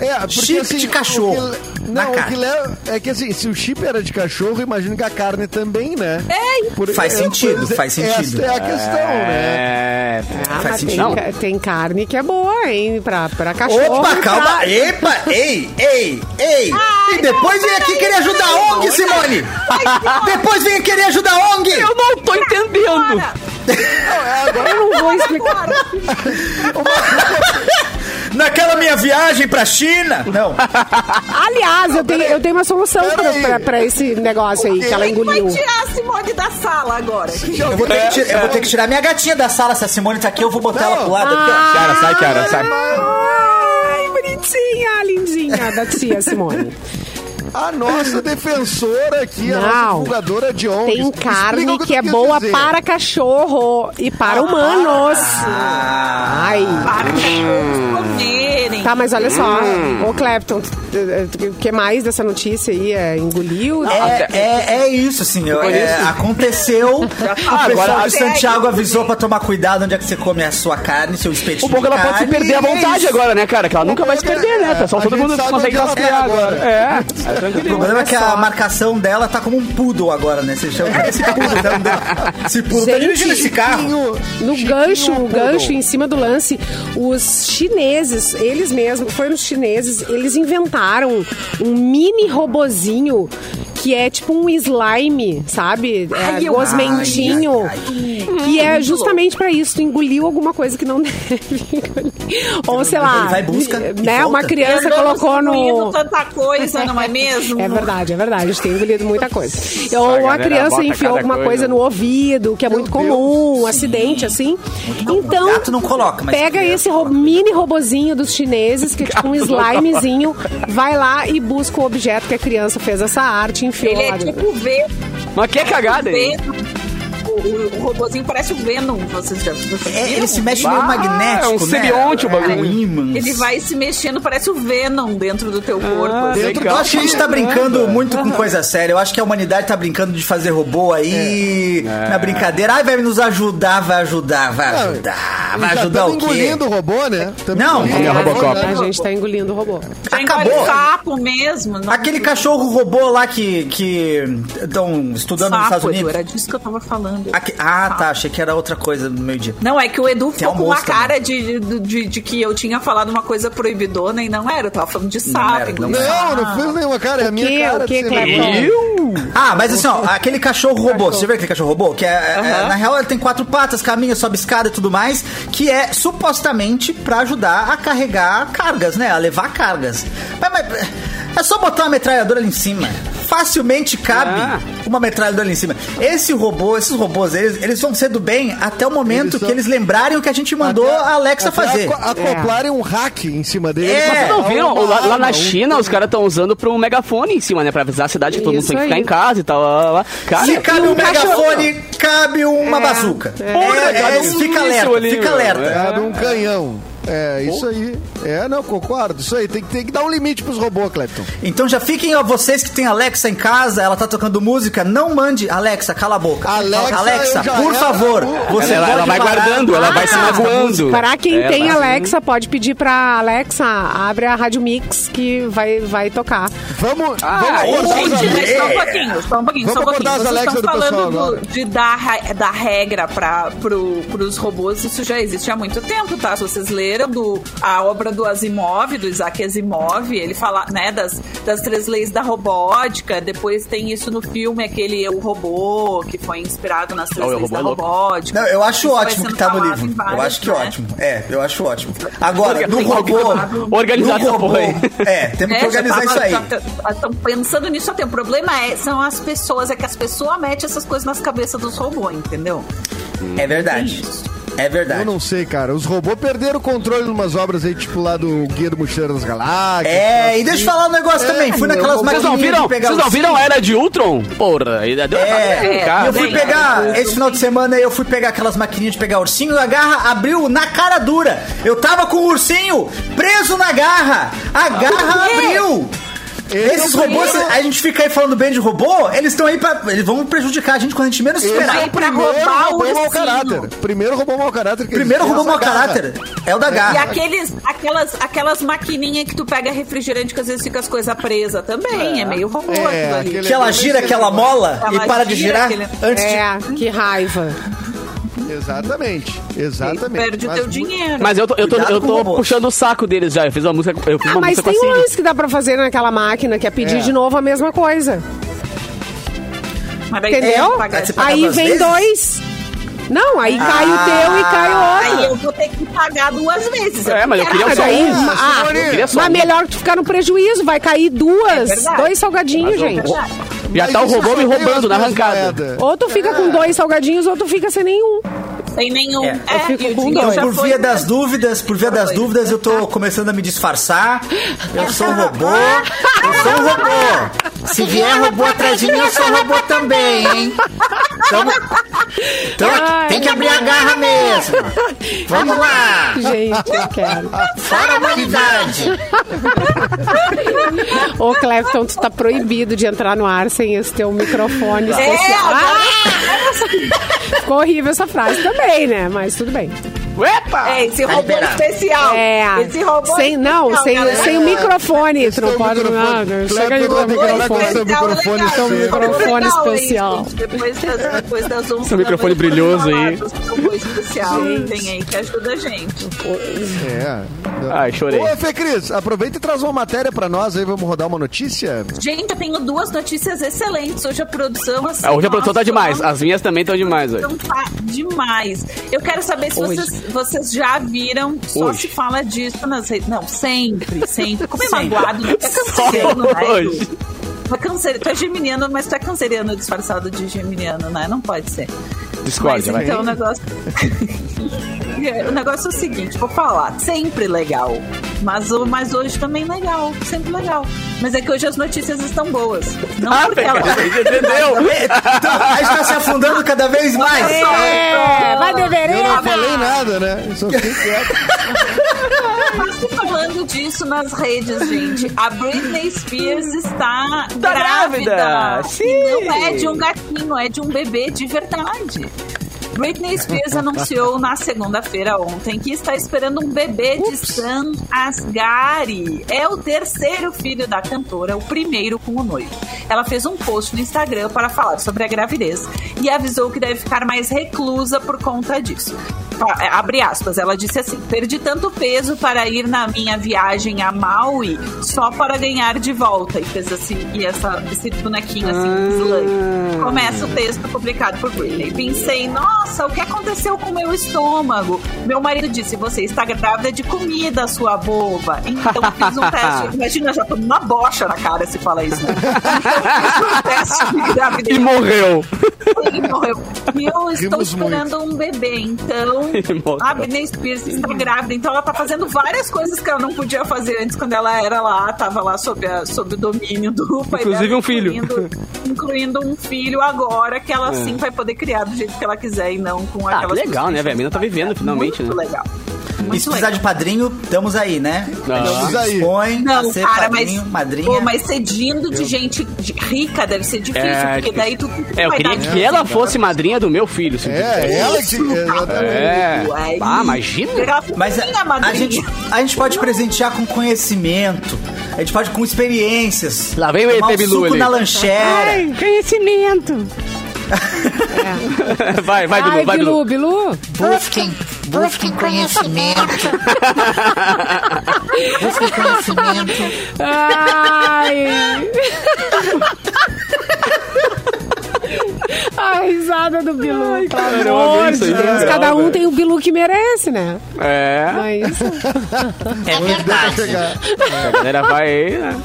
[SPEAKER 3] É, porque,
[SPEAKER 2] Chip de cachorro
[SPEAKER 3] o que-
[SPEAKER 2] na
[SPEAKER 3] Não, o que
[SPEAKER 2] carne.
[SPEAKER 3] leva. É que assim, se o chip era de cachorro, imagino que a carne também, né? É,
[SPEAKER 2] Faz sentido, faz sentido.
[SPEAKER 3] Essa é a questão, né?
[SPEAKER 5] É.
[SPEAKER 1] Ah,
[SPEAKER 2] Faz
[SPEAKER 1] mas tem,
[SPEAKER 2] sentido.
[SPEAKER 1] ca- tem carne que é boa, hein? Pra, pra cachorro.
[SPEAKER 2] Opa,
[SPEAKER 1] e
[SPEAKER 2] calma!
[SPEAKER 1] pra-
[SPEAKER 2] Epa! Ei, ei, ei! e depois vem aqui querer ajudar a ONG, Simone! Depois vem querer ajudar a ONG!
[SPEAKER 5] Eu não tô
[SPEAKER 1] tá
[SPEAKER 5] entendendo.
[SPEAKER 1] Eu não vou explicar.
[SPEAKER 2] Naquela minha viagem pra China! Não!
[SPEAKER 1] Aliás, eu tenho, eu tenho uma solução
[SPEAKER 3] Pera
[SPEAKER 1] pra,
[SPEAKER 3] aí.
[SPEAKER 1] pra- pra esse negócio aí que ela
[SPEAKER 4] Quem vai
[SPEAKER 1] engoliu.
[SPEAKER 4] tirar a Simone da sala agora?
[SPEAKER 5] Hum.
[SPEAKER 2] Eu vou, ter que tirar, eu vou ter que tirar minha gatinha da sala. Se a Simone tá aqui, eu vou botar ela pro lado. aqui, ó.
[SPEAKER 6] Cara, sai, cara, sai.
[SPEAKER 1] Ah, Ai, bonitinha, lindinha da tia Simone.
[SPEAKER 3] A nossa defensora aqui, a nossa
[SPEAKER 1] Não.
[SPEAKER 3] divulgadora de ONGs.
[SPEAKER 1] Tem
[SPEAKER 3] Explica o
[SPEAKER 1] carne
[SPEAKER 3] tu
[SPEAKER 1] que é
[SPEAKER 3] quis
[SPEAKER 1] boa
[SPEAKER 3] dizer.
[SPEAKER 1] para cachorro e para humanos.
[SPEAKER 2] Ah.
[SPEAKER 1] Ai.
[SPEAKER 4] Para os cachorros comerem.
[SPEAKER 1] Tá, mas olha só, ô Clapton, o que mais dessa notícia aí? É, engoliu?
[SPEAKER 2] É, é, é isso, assim. eu- é,
[SPEAKER 5] Ah. isso? Ah,
[SPEAKER 2] aconteceu. o pessoal
[SPEAKER 5] agora-
[SPEAKER 2] de Santiago avisou pra tomar cuidado onde é que você come a sua carne, seu espetinho.
[SPEAKER 5] O bom que Um ela
[SPEAKER 2] de
[SPEAKER 5] pode se
[SPEAKER 2] carne,
[SPEAKER 5] perder à
[SPEAKER 2] e é
[SPEAKER 5] vontade
[SPEAKER 2] isso. É
[SPEAKER 5] agora, né, cara? Que ela nunca vai se perder, né? Tá? Só
[SPEAKER 3] A
[SPEAKER 5] todo
[SPEAKER 3] gente
[SPEAKER 5] mundo
[SPEAKER 3] sabe
[SPEAKER 5] consegue
[SPEAKER 3] onde ela
[SPEAKER 5] rastrear
[SPEAKER 3] tá agora.
[SPEAKER 5] agora. É. é
[SPEAKER 2] O
[SPEAKER 5] tranquilo.
[SPEAKER 2] problema é que a marcação dela tá como um poodle agora, né? Você chama esse poodle tá andando. Esse poodle tá
[SPEAKER 1] Gente,
[SPEAKER 2] dirigindo esse carro. é um
[SPEAKER 3] Chiquinho-
[SPEAKER 1] No
[SPEAKER 3] Chiquinho
[SPEAKER 1] gancho, no
[SPEAKER 3] Poodle.
[SPEAKER 1] gancho, em cima do lance, os chineses, eles mesmos, foram os chineses, eles inventaram um mini robozinho que é tipo um slime, sabe? É
[SPEAKER 4] Ai, eu-
[SPEAKER 1] gosmentinho. Que é justamente pra isso, tu engoliu alguma coisa que não deve engolir. Ou sei lá,
[SPEAKER 2] Ele vai, busca e
[SPEAKER 1] né, uma
[SPEAKER 2] volta.
[SPEAKER 1] criança
[SPEAKER 4] Andamos
[SPEAKER 1] colocou
[SPEAKER 4] comendo
[SPEAKER 1] no
[SPEAKER 4] tanta coisa, não é mesmo?
[SPEAKER 2] Uhum.
[SPEAKER 1] é verdade, é verdade. A gente tem engolido muita coisa. Ou a
[SPEAKER 5] galera
[SPEAKER 1] criança
[SPEAKER 5] bota
[SPEAKER 1] enfiou
[SPEAKER 5] cada
[SPEAKER 1] alguma
[SPEAKER 5] coisa.
[SPEAKER 1] coisa no ouvido, que é muito comum, um acidente assim. Então,
[SPEAKER 2] Gato não coloca, mas
[SPEAKER 1] pega
[SPEAKER 2] criança
[SPEAKER 1] esse ro- mini robozinho dos chineses, que é tipo um slimezinho, vai lá e busca o objeto que a criança fez essa arte, enfiou
[SPEAKER 4] Ele
[SPEAKER 1] lá
[SPEAKER 4] é
[SPEAKER 1] dentro.
[SPEAKER 4] tipo o V.
[SPEAKER 5] Mas que cagada, hein?
[SPEAKER 4] Venom. O, o, o robozinho parece o Venom, vocês já vocês
[SPEAKER 2] É,
[SPEAKER 4] viram?
[SPEAKER 2] ele se mexe meio
[SPEAKER 5] Ah,
[SPEAKER 2] magnético,
[SPEAKER 5] é um
[SPEAKER 2] né?
[SPEAKER 5] simbionte o bagulho.
[SPEAKER 2] É, um ímã.
[SPEAKER 4] um Ele vai se mexendo, parece o Venom dentro do
[SPEAKER 2] Ah,
[SPEAKER 4] teu corpo. assim.
[SPEAKER 5] dentro
[SPEAKER 2] Eu acho que a gente tá brincando muito com coisa séria. Eu acho que a humanidade tá brincando de fazer robô aí
[SPEAKER 5] É.
[SPEAKER 2] na brincadeira. Ai, vai nos ajudar, vai ajudar, vai
[SPEAKER 3] Não,
[SPEAKER 2] ajudar.
[SPEAKER 3] Ele
[SPEAKER 2] Vai
[SPEAKER 5] tá
[SPEAKER 3] já
[SPEAKER 2] ajudar
[SPEAKER 3] tamo
[SPEAKER 2] o quê?
[SPEAKER 3] engolindo o robô, né? Tamo
[SPEAKER 2] Não,
[SPEAKER 3] engolindo
[SPEAKER 2] é
[SPEAKER 3] o
[SPEAKER 6] Robocop.
[SPEAKER 3] né?
[SPEAKER 1] A gente tá engolindo o robô.
[SPEAKER 4] Já engole
[SPEAKER 2] acabou.
[SPEAKER 4] sapo mesmo. não-
[SPEAKER 2] Aquele cachorro robô lá que que estão estudando nos Estados
[SPEAKER 4] Sapo, Edu,
[SPEAKER 2] Unidos.
[SPEAKER 4] era disso que eu tava falando.
[SPEAKER 2] Aque- Ah, tá. Achei que era outra coisa no meio dia.
[SPEAKER 4] Não, é que o Edu ficou
[SPEAKER 2] um
[SPEAKER 4] com uma
[SPEAKER 2] monstro,
[SPEAKER 4] cara de, de, de- de que eu tinha falado uma coisa proibidona e não era. Eu tava falando de
[SPEAKER 2] era,
[SPEAKER 4] sapo. né?
[SPEAKER 2] não
[SPEAKER 4] engolindo
[SPEAKER 3] Não, não fiz nenhuma cara, é a minha
[SPEAKER 1] que,
[SPEAKER 3] cara.
[SPEAKER 1] o que,
[SPEAKER 3] de ser
[SPEAKER 1] Cleber?
[SPEAKER 3] vergonha.
[SPEAKER 2] Ah, mas assim, ó, aquele cachorro robô, você viu aquele cachorro robô? Que é, é- na real, ele tem quatro patas, caminha, sobe escada e tudo mais, que é supostamente pra ajudar a carregar cargas, né? A levar cargas. Mas, mas, é só botar uma metralhadora ali em cima. facilmente cabe
[SPEAKER 5] Ah.
[SPEAKER 2] uma metralhadora ali em cima. Esse robô, esses robôs, eles, eles vão ser do bem até o momento
[SPEAKER 3] Eles são-
[SPEAKER 2] que eles lembrarem o que a gente mandou
[SPEAKER 3] Até-
[SPEAKER 2] a Alexa
[SPEAKER 3] até
[SPEAKER 2] fazer.
[SPEAKER 3] aco- Acoplarem um hack em cima dele.
[SPEAKER 2] É.
[SPEAKER 3] pra
[SPEAKER 5] Vocês não
[SPEAKER 3] dar
[SPEAKER 5] viram?
[SPEAKER 3] uma
[SPEAKER 5] Lá, lá
[SPEAKER 3] arma,
[SPEAKER 5] na
[SPEAKER 3] um-
[SPEAKER 5] China, os caras estão usando pra um megafone em cima, né? Pra avisar a cidade que todo mundo
[SPEAKER 1] Isso
[SPEAKER 5] tem que
[SPEAKER 1] aí.
[SPEAKER 5] ficar em casa e tal. Lá, lá, lá. Cara,
[SPEAKER 2] Se cabe um,
[SPEAKER 1] um cachorro.
[SPEAKER 2] megafone, cabe uma bazuca. É,
[SPEAKER 5] Porra,
[SPEAKER 2] é,
[SPEAKER 5] cabe um
[SPEAKER 2] fica
[SPEAKER 5] míssil
[SPEAKER 2] alerta,
[SPEAKER 5] ali,
[SPEAKER 2] fica
[SPEAKER 5] meu.
[SPEAKER 2] alerta.
[SPEAKER 5] É.
[SPEAKER 3] Cabe um canhão. É, isso aí. É, não, concordo. Isso aí. Tem que, tem que dar um limite pros robôs, Clepton.
[SPEAKER 2] Então já fiquem, ó, vocês que tem Alexa em casa, ela tá tocando música, não mande Alexa, cala a boca.
[SPEAKER 3] Alexa,
[SPEAKER 2] Alexa
[SPEAKER 3] eu já
[SPEAKER 2] por
[SPEAKER 3] era-
[SPEAKER 2] favor, você
[SPEAKER 5] ela,
[SPEAKER 2] pode
[SPEAKER 5] ela vai
[SPEAKER 2] parar.
[SPEAKER 5] guardando, ela Tá, vai se
[SPEAKER 1] Ah,
[SPEAKER 5] magoando.
[SPEAKER 1] Para quem
[SPEAKER 5] É,
[SPEAKER 1] tem
[SPEAKER 5] ela-
[SPEAKER 1] Alexa, pode pedir pra Alexa, abre a Rádio Mix que vai, vai tocar.
[SPEAKER 3] Vamos.
[SPEAKER 5] Ah,
[SPEAKER 3] vamos acordar os
[SPEAKER 4] Gente,
[SPEAKER 2] Olha,
[SPEAKER 3] amigos.
[SPEAKER 4] mas só um pouquinho, só um pouquinho,
[SPEAKER 3] Vamos
[SPEAKER 4] só um pouquinho.
[SPEAKER 3] acordar as
[SPEAKER 4] Vocês
[SPEAKER 3] Alexa
[SPEAKER 4] estão
[SPEAKER 3] do pessoal
[SPEAKER 4] falando do-
[SPEAKER 3] agora.
[SPEAKER 4] de dar ra- da regra para pro, pros robôs, isso já existe há muito tempo, tá? Se vocês leram do, a obra do Asimov, do Isaac Asimov, ele fala, né, das, das três leis da robótica, depois tem isso no filme, aquele Eu, Robô, que foi inspirado nas três
[SPEAKER 5] Oh, Eu,
[SPEAKER 4] leis
[SPEAKER 5] Robô
[SPEAKER 4] da
[SPEAKER 5] é louco.
[SPEAKER 4] robótica.
[SPEAKER 2] Não, eu acho
[SPEAKER 4] Isso vai
[SPEAKER 2] ótimo
[SPEAKER 4] sendo
[SPEAKER 2] que tá no
[SPEAKER 4] falado em
[SPEAKER 2] livro.
[SPEAKER 4] várias,
[SPEAKER 2] eu acho que
[SPEAKER 4] né?
[SPEAKER 2] ótimo. É, eu acho ótimo. Agora,
[SPEAKER 5] Orga-
[SPEAKER 2] do
[SPEAKER 5] tem que
[SPEAKER 2] robô.
[SPEAKER 5] organizar- organizar
[SPEAKER 2] do
[SPEAKER 5] essa
[SPEAKER 2] robô,
[SPEAKER 5] porra aí.
[SPEAKER 2] É, temos que
[SPEAKER 4] É, já
[SPEAKER 2] organizar
[SPEAKER 4] tava-
[SPEAKER 2] isso aí.
[SPEAKER 4] já t- já Estão pensando nisso até. O problema é, são as pessoas, é que as pessoas metem essas coisas nas cabeças dos robôs, entendeu?
[SPEAKER 2] É verdade. É
[SPEAKER 3] Eu
[SPEAKER 2] verdade.
[SPEAKER 3] não sei, cara. Os robôs perderam o controle em umas obras aí, tipo lá do Guia do Mochileiro das Galáxias.
[SPEAKER 2] É, e deixa eu falar um negócio
[SPEAKER 3] É,
[SPEAKER 2] também. Fui
[SPEAKER 3] meu,
[SPEAKER 2] naquelas
[SPEAKER 3] eu-
[SPEAKER 5] Vocês não
[SPEAKER 2] maquininhas
[SPEAKER 5] viram?
[SPEAKER 2] de pegar
[SPEAKER 5] Vocês não
[SPEAKER 2] os-
[SPEAKER 5] viram a Era de Ultron? Porra, e deu
[SPEAKER 2] É,
[SPEAKER 5] né, cara.
[SPEAKER 2] e eu fui
[SPEAKER 4] bem,
[SPEAKER 2] pegar,
[SPEAKER 4] é.
[SPEAKER 2] esse final de semana eu fui pegar aquelas maquininhas de pegar ursinho, a garra abriu na cara dura. Eu tava com o ursinho preso na garra. A garra abriu. Esses robôs, a gente fica aí falando bem de robô, eles estão aí pra. Eles vão prejudicar a gente quando a gente menos
[SPEAKER 3] Esse
[SPEAKER 2] esperar.
[SPEAKER 3] é
[SPEAKER 4] aí
[SPEAKER 3] o
[SPEAKER 4] pra
[SPEAKER 3] primeiro
[SPEAKER 4] roubar o
[SPEAKER 3] robô mau
[SPEAKER 4] ursinho.
[SPEAKER 3] caráter. Primeiro robô mau caráter que
[SPEAKER 2] Primeiro
[SPEAKER 3] existe.
[SPEAKER 2] robô mau
[SPEAKER 3] Essa garra.
[SPEAKER 2] caráter é o da
[SPEAKER 4] E
[SPEAKER 2] garra.
[SPEAKER 4] aqueles, aquelas, aquelas maquininhas que tu pega refrigerante que às vezes fica as coisas presas também. É, meio robô
[SPEAKER 3] É,
[SPEAKER 4] aquilo ali.
[SPEAKER 3] aquele-
[SPEAKER 2] Que ela gira aquela mola
[SPEAKER 4] é. Ela
[SPEAKER 2] e para de
[SPEAKER 4] gira
[SPEAKER 2] girar
[SPEAKER 4] aquele-
[SPEAKER 2] antes de.
[SPEAKER 1] É, que raiva.
[SPEAKER 3] Exatamente. Exatamente.
[SPEAKER 4] Perde o
[SPEAKER 3] Mas muito-
[SPEAKER 4] teu dinheiro.
[SPEAKER 5] Mas eu tô, eu tô,
[SPEAKER 2] Cuidado
[SPEAKER 5] eu
[SPEAKER 2] com
[SPEAKER 5] tô
[SPEAKER 2] o robô.
[SPEAKER 5] puxando o saco deles já. Eu fiz uma música, eu fiz
[SPEAKER 1] Ah,
[SPEAKER 5] uma
[SPEAKER 1] mas
[SPEAKER 5] música com a
[SPEAKER 1] tem um
[SPEAKER 5] Cindy.
[SPEAKER 1] lance que dá pra fazer naquela máquina, que é pedir
[SPEAKER 3] É.
[SPEAKER 1] de novo a mesma coisa.
[SPEAKER 4] Mas daí tem que
[SPEAKER 1] Entendeu?
[SPEAKER 4] É, pagar
[SPEAKER 2] Aí você
[SPEAKER 4] esse-
[SPEAKER 2] paga
[SPEAKER 1] Aí
[SPEAKER 2] duas
[SPEAKER 1] vem
[SPEAKER 2] vezes?
[SPEAKER 1] dois. Não, aí
[SPEAKER 5] Ah.
[SPEAKER 1] cai o teu e cai o outro.
[SPEAKER 4] Aí eu vou ter que pagar duas vezes.
[SPEAKER 5] É, mas eu
[SPEAKER 4] quero-
[SPEAKER 5] queria
[SPEAKER 1] Mas
[SPEAKER 5] só
[SPEAKER 1] aí,
[SPEAKER 5] um.
[SPEAKER 1] ah,
[SPEAKER 5] Eu queria só
[SPEAKER 1] mas
[SPEAKER 5] um.
[SPEAKER 1] melhor que tu ficar no prejuízo, vai cair duas,
[SPEAKER 4] É verdade.
[SPEAKER 1] dois salgadinhos,
[SPEAKER 5] Mas o-
[SPEAKER 1] gente.
[SPEAKER 5] Já
[SPEAKER 3] Mas
[SPEAKER 5] tá o
[SPEAKER 3] isso
[SPEAKER 5] robô
[SPEAKER 3] só
[SPEAKER 5] me
[SPEAKER 3] tem as
[SPEAKER 5] roubando na
[SPEAKER 3] duas
[SPEAKER 5] arrancada.
[SPEAKER 3] moedas.
[SPEAKER 1] Ou tu fica
[SPEAKER 4] Ah.
[SPEAKER 1] com dois salgadinhos, ou tu fica sem nenhum.
[SPEAKER 4] Sem nenhum.
[SPEAKER 2] É,
[SPEAKER 4] É,
[SPEAKER 2] eu
[SPEAKER 1] fico
[SPEAKER 4] e o
[SPEAKER 1] com
[SPEAKER 4] dinheiro
[SPEAKER 2] Então,
[SPEAKER 4] já
[SPEAKER 2] por
[SPEAKER 4] foi- né?
[SPEAKER 2] via das dúvidas, por via das dúvidas, eu tô começando a me disfarçar. Eu sou um robô. Eu sou um robô. Se vier robô atrás de mim, eu sou robô também, hein? Então, então
[SPEAKER 1] Ai.
[SPEAKER 2] tem que abrir a garra mesmo. Vamos lá.
[SPEAKER 1] Gente, eu quero.
[SPEAKER 2] Fora a humanidade.
[SPEAKER 1] Ô, Clefton, tu tá proibido de entrar no ar sem esse teu
[SPEAKER 4] É,
[SPEAKER 1] microfone especial. Ah! Ficou horrível essa frase também, né? Mas tudo bem.
[SPEAKER 5] Epa!
[SPEAKER 4] É, esse robô
[SPEAKER 2] Ah! Tá liberado.
[SPEAKER 4] especial. Esse robô
[SPEAKER 1] É. sem, não,
[SPEAKER 4] especial,
[SPEAKER 1] sem,
[SPEAKER 4] galera.
[SPEAKER 1] sem o microfone. Tu não
[SPEAKER 3] Esse é o
[SPEAKER 1] pode. Não,
[SPEAKER 3] microfone.
[SPEAKER 1] não,
[SPEAKER 3] Clepton
[SPEAKER 1] chega de
[SPEAKER 3] vai ter
[SPEAKER 5] um
[SPEAKER 3] que falar com
[SPEAKER 1] microfone.
[SPEAKER 3] seu microfone
[SPEAKER 4] tá um legal,
[SPEAKER 3] seu
[SPEAKER 4] legal,
[SPEAKER 1] microfone
[SPEAKER 4] legal, hein,
[SPEAKER 1] especial.
[SPEAKER 4] gente? Depois das, depois das 11 da
[SPEAKER 5] Seu microfone
[SPEAKER 4] noite,
[SPEAKER 5] brilhoso
[SPEAKER 4] vamos
[SPEAKER 5] aí.
[SPEAKER 4] falar do robô especial que tem aí que ajuda a gente.
[SPEAKER 3] É.
[SPEAKER 5] Ai, chorei.
[SPEAKER 3] Ô, Fê Cris, aproveita e traz uma matéria pra nós aí, vamos rodar uma notícia.
[SPEAKER 4] Gente, eu tenho duas notícias excelentes. Hoje a produção assim,
[SPEAKER 5] Ah, Hoje a produção tá
[SPEAKER 4] nossa,
[SPEAKER 5] demais.
[SPEAKER 4] não-
[SPEAKER 5] As minhas também estão demais hoje.
[SPEAKER 4] Então tá demais. Eu quero saber se
[SPEAKER 1] Hoje.
[SPEAKER 4] vocês, vocês já viram. Só
[SPEAKER 5] Hoje.
[SPEAKER 4] se fala disso nas redes. Não, sempre, sempre. Como é magoado, é canceriano,
[SPEAKER 5] Só
[SPEAKER 4] né?
[SPEAKER 5] hoje.
[SPEAKER 4] Tu é cancer- Tu é geminiano, mas tu é canceriano disfarçado de geminiano, né? Não pode ser. Mas
[SPEAKER 5] Discord, vai.
[SPEAKER 4] então o negócio. É, o negócio é o seguinte, vou falar, sempre legal. Mas, o- mas hoje também legal, sempre legal. Mas é que hoje as notícias estão boas. Não
[SPEAKER 5] Ah,
[SPEAKER 4] porque
[SPEAKER 5] pega,
[SPEAKER 4] elas-
[SPEAKER 5] entendeu?
[SPEAKER 2] Então, a gente tá se afundando cada vez mais.
[SPEAKER 1] É, vai
[SPEAKER 3] Eu não falei
[SPEAKER 1] deveria.
[SPEAKER 3] nada, né? Só fiquei quieto.
[SPEAKER 4] Mas tô falando disso nas redes, gente. A Britney Spears está
[SPEAKER 5] Tá grávida,
[SPEAKER 4] grávida.
[SPEAKER 5] sim.
[SPEAKER 4] E não é de um gatinho, é de um bebê de verdade. Britney Spears anunciou na segunda-feira ontem que está esperando um bebê de Sam Asghari. É o terceiro filho da cantora, o primeiro com o noivo. Ela fez um post no Instagram para falar sobre a gravidez e avisou que deve ficar mais reclusa por conta disso. a- abre aspas, ela disse assim: perdi tanto peso para ir na minha viagem a Maui só para ganhar de volta. E fez assim, e essa, esse bonequinho assim, slime. Começa o texto publicado por Britney. Pensei, nossa, o que aconteceu com meu estômago? Meu marido disse: você está grávida de comida, sua boba. Então eu fiz um teste. Imagina, já tomo uma bocha na cara se fala isso. Né? Então, eu fiz um teste de gravidez.
[SPEAKER 5] E morreu.
[SPEAKER 4] Ele morreu. E eu estou
[SPEAKER 3] Rimos
[SPEAKER 4] esperando um bebê, então.
[SPEAKER 5] Ele morreu.
[SPEAKER 4] A Britney Spears está grávida, então ela tá fazendo várias coisas que ela não podia fazer antes quando ela era lá, tava lá sob, a- sob o domínio do pai
[SPEAKER 5] Inclusive
[SPEAKER 4] dela,
[SPEAKER 5] um filho. É.
[SPEAKER 4] Incluindo, incluindo um filho agora, que ela sim vai poder criar do jeito que ela quiser e não com
[SPEAKER 5] Ah,
[SPEAKER 4] aquelas É
[SPEAKER 5] que legal, né, velho? A mina tá vivendo finalmente,
[SPEAKER 4] Muito
[SPEAKER 5] né?
[SPEAKER 4] legal.
[SPEAKER 2] E se
[SPEAKER 4] Muito
[SPEAKER 2] precisar
[SPEAKER 4] legal.
[SPEAKER 2] de padrinho, estamos aí, né?
[SPEAKER 5] Ah.
[SPEAKER 3] Estamos aí.
[SPEAKER 2] Dispõe
[SPEAKER 4] Não,
[SPEAKER 2] a ser
[SPEAKER 4] cara,
[SPEAKER 2] padrinho,
[SPEAKER 4] mas,
[SPEAKER 2] madrinha.
[SPEAKER 4] pô, mas cedindo de gente de- rica deve ser difícil,
[SPEAKER 5] É,
[SPEAKER 4] porque daí tu, tu
[SPEAKER 5] É, eu
[SPEAKER 4] vai
[SPEAKER 5] queria
[SPEAKER 4] dar
[SPEAKER 5] que ela
[SPEAKER 4] dinheiro.
[SPEAKER 5] fosse madrinha do meu filho. se
[SPEAKER 3] É,
[SPEAKER 5] eu
[SPEAKER 3] ela que.
[SPEAKER 4] Isso, cara.
[SPEAKER 3] exatamente.
[SPEAKER 5] É. Ah, imagina.
[SPEAKER 2] Mas a,
[SPEAKER 4] minha
[SPEAKER 2] a gente, a gente pode presentear com conhecimento. A gente pode com experiências.
[SPEAKER 5] Lá vem o
[SPEAKER 2] Tomar
[SPEAKER 5] ET
[SPEAKER 2] um
[SPEAKER 5] Bilu
[SPEAKER 2] suco
[SPEAKER 5] ali.
[SPEAKER 2] na lanchera.
[SPEAKER 1] Conhecimento.
[SPEAKER 5] quiser. Vai, vai, Bilu,
[SPEAKER 1] Ai,
[SPEAKER 5] vai,
[SPEAKER 1] Bilu,
[SPEAKER 5] Bilu.
[SPEAKER 1] Bilu.
[SPEAKER 6] Busquem, busquem conhecimento. busquem conhecimento.
[SPEAKER 1] Ai. A risada do Bilu.
[SPEAKER 5] cara, eu
[SPEAKER 1] pelo amor
[SPEAKER 5] amei isso aí,
[SPEAKER 1] de Deus.
[SPEAKER 5] cara.
[SPEAKER 1] Cada um tem o Bilu que merece, né?
[SPEAKER 5] É,
[SPEAKER 1] Mas
[SPEAKER 2] É verdade.
[SPEAKER 3] Chegar.
[SPEAKER 5] a galera vai... né?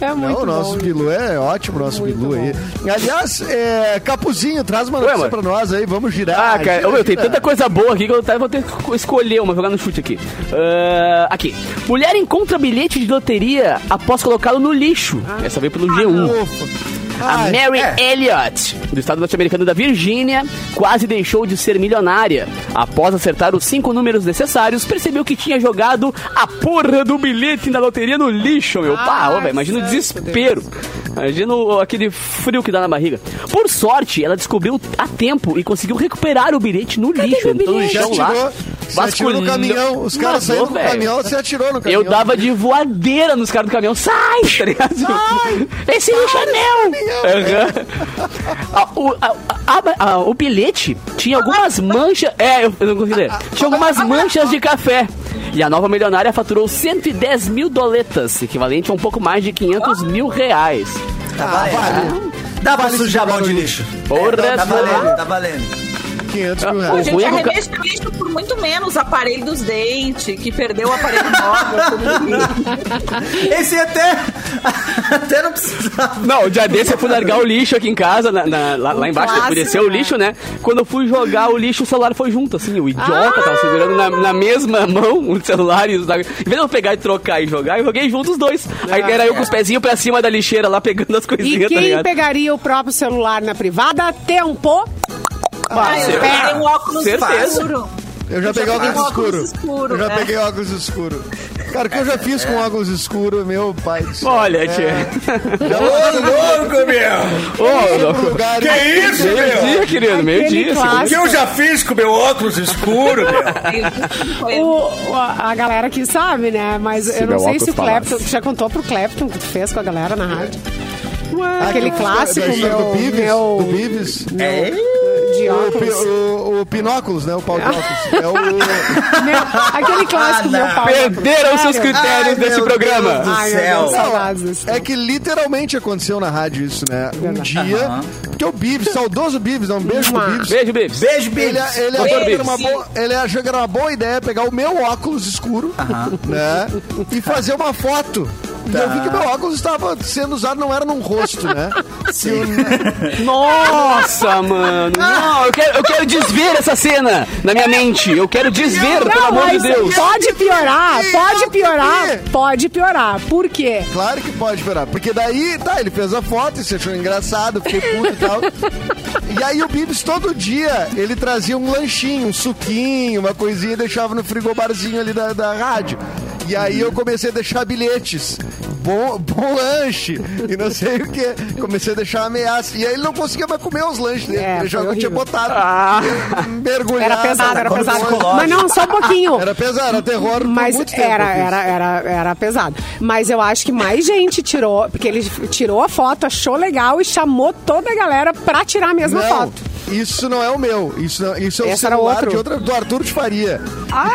[SPEAKER 1] é muito
[SPEAKER 3] Não, o nosso
[SPEAKER 1] bom.
[SPEAKER 3] Bilu é ótimo, o nosso Bilu aí. Aliás, é, Capuzinho, traz uma notícia
[SPEAKER 5] mano.
[SPEAKER 3] pra nós aí, vamos girar.
[SPEAKER 5] Ah, cara,
[SPEAKER 3] gira,
[SPEAKER 5] ô, meu, tem
[SPEAKER 3] gira.
[SPEAKER 5] tanta coisa boa aqui que eu tá- vou ter que escolher uma, jogar no chute aqui. Ah, aqui. Mulher encontra bilhete de loteria após colocá-lo no lixo.
[SPEAKER 4] Ah.
[SPEAKER 5] Essa veio pelo G1.
[SPEAKER 3] Ufa.
[SPEAKER 5] A
[SPEAKER 3] Ai,
[SPEAKER 5] Mary
[SPEAKER 3] é.
[SPEAKER 5] Elliott, do estado norte-americano da Virgínia, quase deixou de ser milionária. Após acertar os cinco números necessários, percebeu que tinha jogado a porra do bilhete da loteria no lixo, meu. Pá, ô, velho, imagina o desespero. Imagina o- aquele frio que dá na barriga. Por sorte, ela descobriu a tempo e conseguiu recuperar o bilhete no lixo.
[SPEAKER 1] meu
[SPEAKER 5] Entrou no
[SPEAKER 1] bilhete?
[SPEAKER 3] Já
[SPEAKER 5] chão lá.
[SPEAKER 3] atirou, se atirou no
[SPEAKER 5] vasculhou-
[SPEAKER 3] caminhão. Os caras saíram
[SPEAKER 5] Mandou,
[SPEAKER 3] do
[SPEAKER 5] velho.
[SPEAKER 3] caminhão, você atirou no caminhão.
[SPEAKER 5] Eu dava de voadeira nos caras do caminhão. Sai, tá ligado? Esse lixo é meu! Aham. A- o- a- a- a- O bilhete tinha algumas manchas. É, eu eu não consegui ler. Tinha algumas manchas de café. E a nova milionária faturou 110 mil doletas, equivalente a um pouco mais de 500 mil reais.
[SPEAKER 2] Tá valendo. Dá pra sujar a mão de lixo.
[SPEAKER 5] Porra,
[SPEAKER 2] É, tá valendo,
[SPEAKER 5] porra.
[SPEAKER 2] tá valendo.
[SPEAKER 3] 500 mil
[SPEAKER 4] Pô,
[SPEAKER 5] O
[SPEAKER 3] reais.
[SPEAKER 4] gente,
[SPEAKER 5] ruim é que o
[SPEAKER 4] arremesso de lixo por muito menos aparelho dos dentes, que perdeu o aparelho móvel.
[SPEAKER 2] Esse é até. Até não precisava.
[SPEAKER 5] Não, o dia desse eu fui largar o lixo aqui em casa, na- na- lá, lá embaixo, eu fui descer o lixo, né? Quando eu fui jogar o lixo, o celular foi junto, assim, o idiota tava segurando na, na mesma mão o celular e os... Em vez de eu pegar e trocar e jogar, eu joguei junto os dois. Aí era eu com os pezinhos pra cima da lixeira lá, pegando as
[SPEAKER 1] Ah, é. E
[SPEAKER 5] coisinhas, tá
[SPEAKER 1] quem
[SPEAKER 5] ligado?
[SPEAKER 1] pegaria o próprio celular na privada, tempo.
[SPEAKER 4] Ah, eu
[SPEAKER 5] certeza.
[SPEAKER 4] peguei um óculos
[SPEAKER 5] Certeza.
[SPEAKER 4] escuro.
[SPEAKER 3] Eu já peguei
[SPEAKER 4] peguei
[SPEAKER 3] óculos escuro.
[SPEAKER 4] óculos escuro,
[SPEAKER 3] Eu já
[SPEAKER 5] é.
[SPEAKER 4] né?
[SPEAKER 3] peguei óculos escuro. Cara, o que eu já fiz com óculos escuro, meu pai do céu.
[SPEAKER 5] Olha,
[SPEAKER 3] É,
[SPEAKER 5] tia.
[SPEAKER 3] Já vou
[SPEAKER 2] louco, meu!
[SPEAKER 5] Ô,
[SPEAKER 3] pro
[SPEAKER 5] louco.
[SPEAKER 3] lugar.
[SPEAKER 2] isso,
[SPEAKER 5] Meio dia, querido, meio dia. assim.
[SPEAKER 1] clássico.
[SPEAKER 5] segundo-
[SPEAKER 2] eu já fiz com meu óculos escuro, meu?
[SPEAKER 4] Foi-
[SPEAKER 1] O- o- a a galera que sabe, né? Mas eu não
[SPEAKER 5] meu
[SPEAKER 1] sei
[SPEAKER 5] óculos
[SPEAKER 1] se o
[SPEAKER 5] falasse.
[SPEAKER 1] Clapton. Tu já contou pro Clapton o que tu fez com a galera na rádio? Aquele
[SPEAKER 3] Ah,
[SPEAKER 1] clássico,
[SPEAKER 3] da história
[SPEAKER 1] Assim, meu.
[SPEAKER 3] do Bibis,
[SPEAKER 1] meu
[SPEAKER 3] do Bibis.
[SPEAKER 2] É.
[SPEAKER 1] de
[SPEAKER 3] O, pi-
[SPEAKER 1] óculos.
[SPEAKER 3] o- o Pinóculos, né? O pau de óculos. É o...
[SPEAKER 1] Meu- aquele clássico,
[SPEAKER 2] Ah,
[SPEAKER 1] meu
[SPEAKER 2] não.
[SPEAKER 1] pau.
[SPEAKER 5] Perderam seus
[SPEAKER 1] Sério?
[SPEAKER 5] critérios
[SPEAKER 2] Ai,
[SPEAKER 5] desse
[SPEAKER 2] meu
[SPEAKER 5] programa.
[SPEAKER 2] Deus do
[SPEAKER 1] Ai, meu
[SPEAKER 2] céu.
[SPEAKER 1] Deus, saudades assim. desse
[SPEAKER 3] É que literalmente aconteceu na rádio isso, né? Um dia, porque o Bibs, saudoso Bibs, dá um beijo pro Bibs.
[SPEAKER 5] Beijo, Bibs.
[SPEAKER 2] Beijo, beijo.
[SPEAKER 3] Ele, é, ele
[SPEAKER 5] Doutor
[SPEAKER 3] achou que era
[SPEAKER 5] Bibs.
[SPEAKER 3] uma boa, ele achou que era uma boa ideia pegar o meu óculos escuro, né? E fazer uma foto. E eu vi
[SPEAKER 1] Tá.
[SPEAKER 3] que meu óculos estava sendo usado, não era num rosto, né?
[SPEAKER 5] Nossa, mano. Não, eu quero, eu quero desver essa cena na minha mente. Eu quero desver, pelo amor de
[SPEAKER 1] mas
[SPEAKER 5] Deus.
[SPEAKER 1] Pode piorar, pode
[SPEAKER 3] Não,
[SPEAKER 1] piorar,
[SPEAKER 3] por quê?
[SPEAKER 1] pode piorar. Por quê?
[SPEAKER 3] Claro que pode esperar. Porque daí, tá, ele fez a foto e se achou engraçado, fiquei puto e tal. E aí o Bibs todo dia, ele trazia um lanchinho, um suquinho, uma coisinha e deixava no frigobarzinho ali da, da rádio. E aí eu comecei a deixar bilhetes. Bom, bom lanche. E não sei o que. Comecei a deixar ameaça. E aí ele não conseguia mais comer os lanches dele.
[SPEAKER 1] É,
[SPEAKER 3] ele já
[SPEAKER 1] foi
[SPEAKER 3] não tinha
[SPEAKER 1] horrível.
[SPEAKER 3] botado. Tá,
[SPEAKER 5] Ah.
[SPEAKER 3] Mergulhado.
[SPEAKER 1] Era pesado, era
[SPEAKER 2] Agora
[SPEAKER 1] pesado.
[SPEAKER 2] psicológico.
[SPEAKER 1] Mas não, só um pouquinho.
[SPEAKER 3] tá. Era pesado, era terror. por
[SPEAKER 1] Mas
[SPEAKER 3] muito tempo
[SPEAKER 1] era,
[SPEAKER 3] eu fiz.
[SPEAKER 1] era, era, era pesado. Mas eu acho que mais gente tirou, porque ele tirou a foto, achou legal e chamou toda a galera pra tirar a mesma
[SPEAKER 3] Não,
[SPEAKER 1] foto.
[SPEAKER 3] Isso não é o meu. Isso, não- isso é o
[SPEAKER 1] Esse era
[SPEAKER 3] celular
[SPEAKER 1] outro.
[SPEAKER 3] de outra, do Arthur de Faria.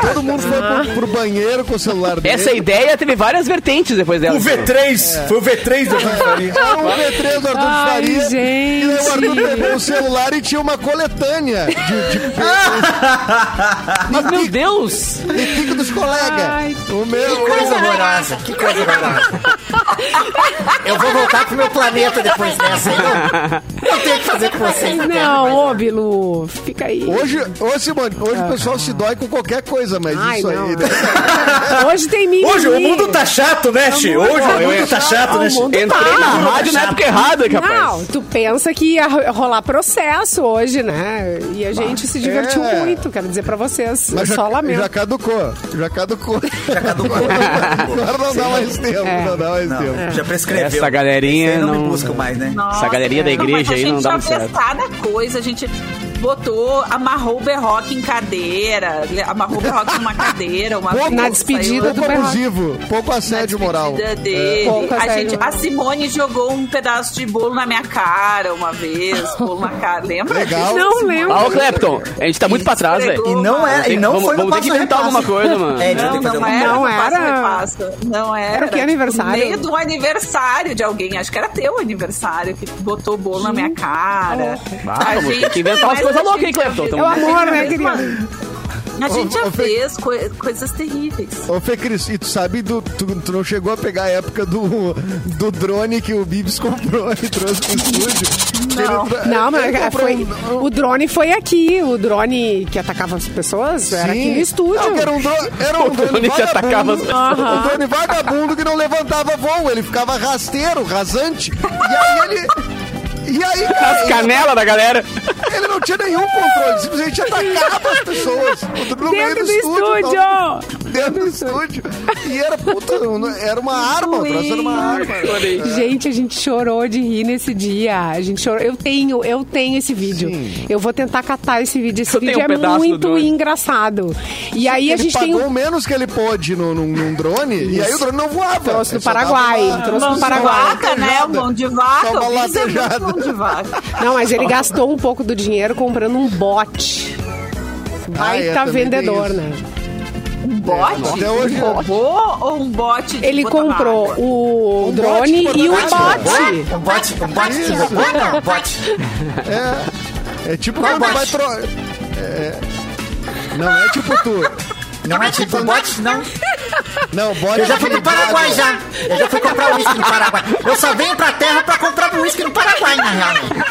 [SPEAKER 3] E todo mundo foi
[SPEAKER 1] Ah.
[SPEAKER 3] pro, pro banheiro com o celular dele.
[SPEAKER 5] Essa ideia teve várias vertentes depois dela.
[SPEAKER 2] O V3, foi o V3 da Faria.
[SPEAKER 3] Era um V3 do Arthur
[SPEAKER 1] Ai,
[SPEAKER 3] de Faria.
[SPEAKER 1] gente.
[SPEAKER 3] E daí o Arthur pegou o celular e tinha uma coletânea de, de
[SPEAKER 5] Mas, meu Deus!
[SPEAKER 3] pico dos
[SPEAKER 1] Ai,
[SPEAKER 3] colegas. O
[SPEAKER 6] Que
[SPEAKER 3] meu.
[SPEAKER 6] coisa horrorosa, que coisa horrorosa. Eu vou voltar pro meu planeta depois dessa. Eu, eu tenho que fazer com vocês. não tem
[SPEAKER 1] Não,
[SPEAKER 6] mais.
[SPEAKER 1] ô, Bilu, fica aí.
[SPEAKER 3] ah. Hoje, ô Simone, hoje o pessoal se dói com qualquer coisa, mas
[SPEAKER 1] Ai,
[SPEAKER 3] isso
[SPEAKER 1] não.
[SPEAKER 3] aí. né?
[SPEAKER 1] Hoje tem mimimi.
[SPEAKER 2] Hoje o mundo tá chato, né, Chi? Hoje o mundo tá chato, né, Chi?
[SPEAKER 1] O mundo
[SPEAKER 5] Entrei
[SPEAKER 1] tá.
[SPEAKER 5] na rádio na época errada,
[SPEAKER 1] Não,
[SPEAKER 5] capaz.
[SPEAKER 1] tu pensa que ia ro- rolar processo hoje, né? E a gente se divertiu
[SPEAKER 3] é.
[SPEAKER 1] muito, quero dizer pra vocês.
[SPEAKER 3] Mas
[SPEAKER 1] eu só
[SPEAKER 3] já,
[SPEAKER 1] lamento.
[SPEAKER 3] já caducou. Já caducou. Já caducou. Agora não dá mais tempo.
[SPEAKER 1] É.
[SPEAKER 3] Não dá mais
[SPEAKER 2] Não,
[SPEAKER 3] tempo.
[SPEAKER 2] já prescreveu.
[SPEAKER 5] Essa galerinha
[SPEAKER 2] Esse aí não,
[SPEAKER 5] não-
[SPEAKER 2] me busca mais, né?
[SPEAKER 5] Essa galerinha da igreja aí não dá muito
[SPEAKER 4] A gente
[SPEAKER 5] certo.
[SPEAKER 4] cada coisa, a gente botou, amarrou o berroque em cadeira, amarrou o berroque numa cadeira, uma
[SPEAKER 3] Pouco-
[SPEAKER 1] Na despedida do É,
[SPEAKER 3] Pouco
[SPEAKER 1] Berroque.
[SPEAKER 3] abusivo. Pouco assédio moral.
[SPEAKER 4] despedida Dele.
[SPEAKER 1] Pouco
[SPEAKER 4] A,
[SPEAKER 1] assédio
[SPEAKER 4] gente-
[SPEAKER 1] moral.
[SPEAKER 4] a Simone jogou um pedaço de bolo na minha cara uma vez, bolo na cara, lembra?
[SPEAKER 3] Legal.
[SPEAKER 1] Não lembro.
[SPEAKER 5] Ah, ô Clapton, a gente tá muito pra trás, velho.
[SPEAKER 2] E não é, e não
[SPEAKER 5] Vamos-
[SPEAKER 2] foi no
[SPEAKER 5] vamos ter que
[SPEAKER 2] passo
[SPEAKER 5] inventar
[SPEAKER 2] repasso.
[SPEAKER 5] alguma coisa, mano.
[SPEAKER 2] É, a gente
[SPEAKER 4] Não,
[SPEAKER 2] tem que fazer
[SPEAKER 4] não
[SPEAKER 2] alguma
[SPEAKER 4] era.
[SPEAKER 1] Não
[SPEAKER 4] Não
[SPEAKER 1] era.
[SPEAKER 4] era. Não era.
[SPEAKER 1] Era o quê? Aniversário?
[SPEAKER 4] No meio do aniversário de alguém. Acho que era teu aniversário que botou o bolo na minha cara.
[SPEAKER 5] Ah,
[SPEAKER 4] A
[SPEAKER 5] vamos
[SPEAKER 4] gente-
[SPEAKER 5] ter que inventar umas
[SPEAKER 4] mas
[SPEAKER 5] coisas
[SPEAKER 4] a
[SPEAKER 5] loucas,
[SPEAKER 4] gente
[SPEAKER 5] hein, Clapton?
[SPEAKER 4] já
[SPEAKER 5] Tamo-
[SPEAKER 1] É o amor, né,
[SPEAKER 4] fez-
[SPEAKER 1] querido?
[SPEAKER 4] A gente já
[SPEAKER 3] Ô, ô, Fê-
[SPEAKER 4] fez coi- coisas terríveis.
[SPEAKER 3] Ô, Fê Cris, e tu sabe, do, tu, tu não chegou a pegar a época do, do drone que o Bibs comprou e trouxe pro estúdio?
[SPEAKER 4] Não.
[SPEAKER 3] Ele tra-
[SPEAKER 1] Não, mas é,
[SPEAKER 3] ele comprou
[SPEAKER 1] foi,
[SPEAKER 3] É, um- um-
[SPEAKER 1] o drone foi aqui. O drone que atacava as pessoas era aqui no estúdio.
[SPEAKER 3] Não, era um, dro- era um
[SPEAKER 5] O drone
[SPEAKER 3] drone
[SPEAKER 5] que atacava as
[SPEAKER 3] vagabundo.
[SPEAKER 5] pessoas.
[SPEAKER 3] Um drone vagabundo que não levantava voo. Ele ficava rasteiro, rasante. E aí ele... E aí, cara,
[SPEAKER 5] As canelas da galera.
[SPEAKER 3] ele, ele não tinha nenhum controle. Simplesmente atacava as pessoas. No meio
[SPEAKER 1] Dentro do estúdio!
[SPEAKER 3] tal. Dentro do estúdio. E era, puta, um, era uma arma. o troço Era uma arma.
[SPEAKER 1] Gente, a gente chorou de rir nesse dia. A gente chorou. Eu tenho, eu tenho esse vídeo. Eu vou tentar catar esse vídeo. Esse
[SPEAKER 5] Eu tenho
[SPEAKER 1] vídeo
[SPEAKER 5] um
[SPEAKER 1] é
[SPEAKER 5] pedaço do
[SPEAKER 1] muito
[SPEAKER 5] drone.
[SPEAKER 1] engraçado. E aí a
[SPEAKER 3] Ele
[SPEAKER 1] gente tem um
[SPEAKER 3] pagou
[SPEAKER 1] o
[SPEAKER 3] menos que ele pôde no, num, num drone. E aí o drone não voava.
[SPEAKER 1] Trouxe do
[SPEAKER 3] Ele só
[SPEAKER 1] Paraguai,
[SPEAKER 3] dava uma-
[SPEAKER 1] trouxe do
[SPEAKER 4] Mão de
[SPEAKER 1] Paraguai.
[SPEAKER 4] vaca, né?
[SPEAKER 1] um
[SPEAKER 4] O mão de vaca.
[SPEAKER 3] Só uma
[SPEAKER 4] o Vince é muito
[SPEAKER 3] latejada.
[SPEAKER 4] mão de vaca.
[SPEAKER 1] Não, mas ele gastou um pouco do dinheiro comprando um bote.
[SPEAKER 3] Ah, é,
[SPEAKER 1] Baita
[SPEAKER 3] também tem
[SPEAKER 1] vendedor,
[SPEAKER 3] isso.
[SPEAKER 1] né?
[SPEAKER 5] É,
[SPEAKER 4] Um bote?
[SPEAKER 3] até hoje-
[SPEAKER 4] um robô ou um bote de
[SPEAKER 1] Ele
[SPEAKER 4] botar na
[SPEAKER 1] comprou
[SPEAKER 4] água?
[SPEAKER 1] o
[SPEAKER 3] Um
[SPEAKER 1] drone
[SPEAKER 3] bote
[SPEAKER 1] e o
[SPEAKER 3] botar
[SPEAKER 1] bote.
[SPEAKER 3] na
[SPEAKER 6] Um bote, um bote de robô, não, um bote.
[SPEAKER 3] É tipo quando
[SPEAKER 6] Bote.
[SPEAKER 3] vai tro... é- Não, é tipo tu.
[SPEAKER 6] Não é tipo um bote, não.
[SPEAKER 3] Não, bora.
[SPEAKER 6] Eu já fui pro Paraguai já. Eu já fui comprar uísque no Paraguai. Eu só venho pra terra pra comprar uísque no Paraguai, na real. né?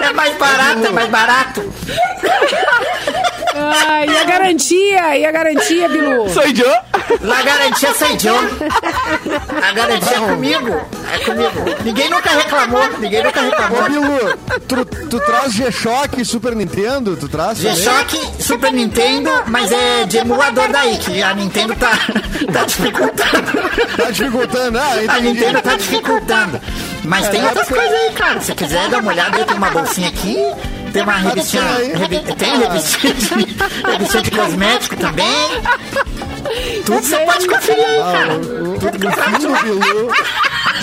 [SPEAKER 6] É mais barato, é mais barato.
[SPEAKER 1] Ah, e a garantia, e a garantia, Bilu?
[SPEAKER 5] Sou idiota.
[SPEAKER 6] Lá a garantia sem John. A garantia é comigo. É comigo. Ninguém nunca reclamou. Ninguém nunca
[SPEAKER 3] Ô,
[SPEAKER 6] reclamou.
[SPEAKER 3] Bilu, tu, tu traz G-Shock e Super Nintendo? Tu traz? também?
[SPEAKER 6] G-Shock, Super Nintendo, mas é de emulador daí, que a Nintendo tá, tá dificultando.
[SPEAKER 3] Tá dificultando. Ah,
[SPEAKER 6] A
[SPEAKER 3] entendi.
[SPEAKER 6] Nintendo tá dificultando. Mas tem outras coisas aí, cara. Se quiser dar uma olhada aí, tem uma bolsinha aqui. Tem uma revistinha. revi- tem revistinha de, revistinha de cosmético também. Tudo você pode conferir aí, cara. Tudo que tá
[SPEAKER 3] Filho do Bilu.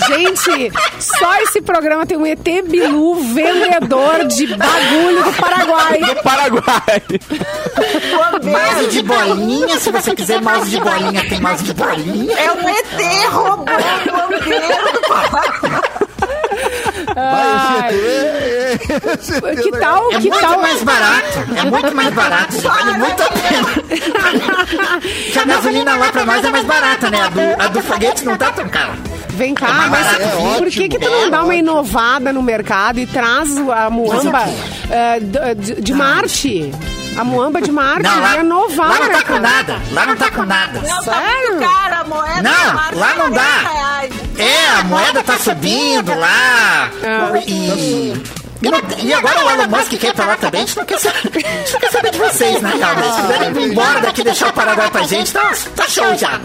[SPEAKER 1] Gente, só esse programa tem um ET Bilu vendedor de bagulho do Paraguai.
[SPEAKER 5] Do Paraguai.
[SPEAKER 6] Mouse de bolinha, se você quiser mouse de bolinha, tem mouse de bolinha.
[SPEAKER 4] É um ET robô bandeiro do Paraguai.
[SPEAKER 3] Vai,
[SPEAKER 1] Ai,
[SPEAKER 3] esse ET, é- esse ET
[SPEAKER 1] que tal,
[SPEAKER 6] É
[SPEAKER 1] que
[SPEAKER 6] muito
[SPEAKER 1] tal?
[SPEAKER 6] mais barato. É muito mais barato. Vale muito a pena. Que a gasolina lá pra nós é mais barata, né? A do, a do foguete não tá tão cara.
[SPEAKER 1] Vem cá, mas
[SPEAKER 6] barato,
[SPEAKER 3] é
[SPEAKER 1] por que
[SPEAKER 3] ótimo,
[SPEAKER 1] que tu não
[SPEAKER 3] é
[SPEAKER 1] dá uma
[SPEAKER 3] ótimo.
[SPEAKER 1] inovada no mercado e traz a muamba eh, d- de, de Marte? A muamba de Marte,
[SPEAKER 6] Não, lá,
[SPEAKER 1] renovar.
[SPEAKER 6] lá não
[SPEAKER 1] né,
[SPEAKER 6] tá com
[SPEAKER 1] cara?
[SPEAKER 6] nada. Lá não tá com nada.
[SPEAKER 4] Não, tá
[SPEAKER 1] Sério?
[SPEAKER 4] muito cara a moeda.
[SPEAKER 6] Não,
[SPEAKER 4] tá
[SPEAKER 6] lá não dá.
[SPEAKER 4] 40 reais.
[SPEAKER 6] É, a moeda tá subindo lá. E, e não- e agora o Elon Musk quer ir pra lá também. A gente não quer saber, a gente não quer saber de vocês, né, cara? Se quiserem vir embora daqui e deixar o Paraguai pra gente, tá, tá show já.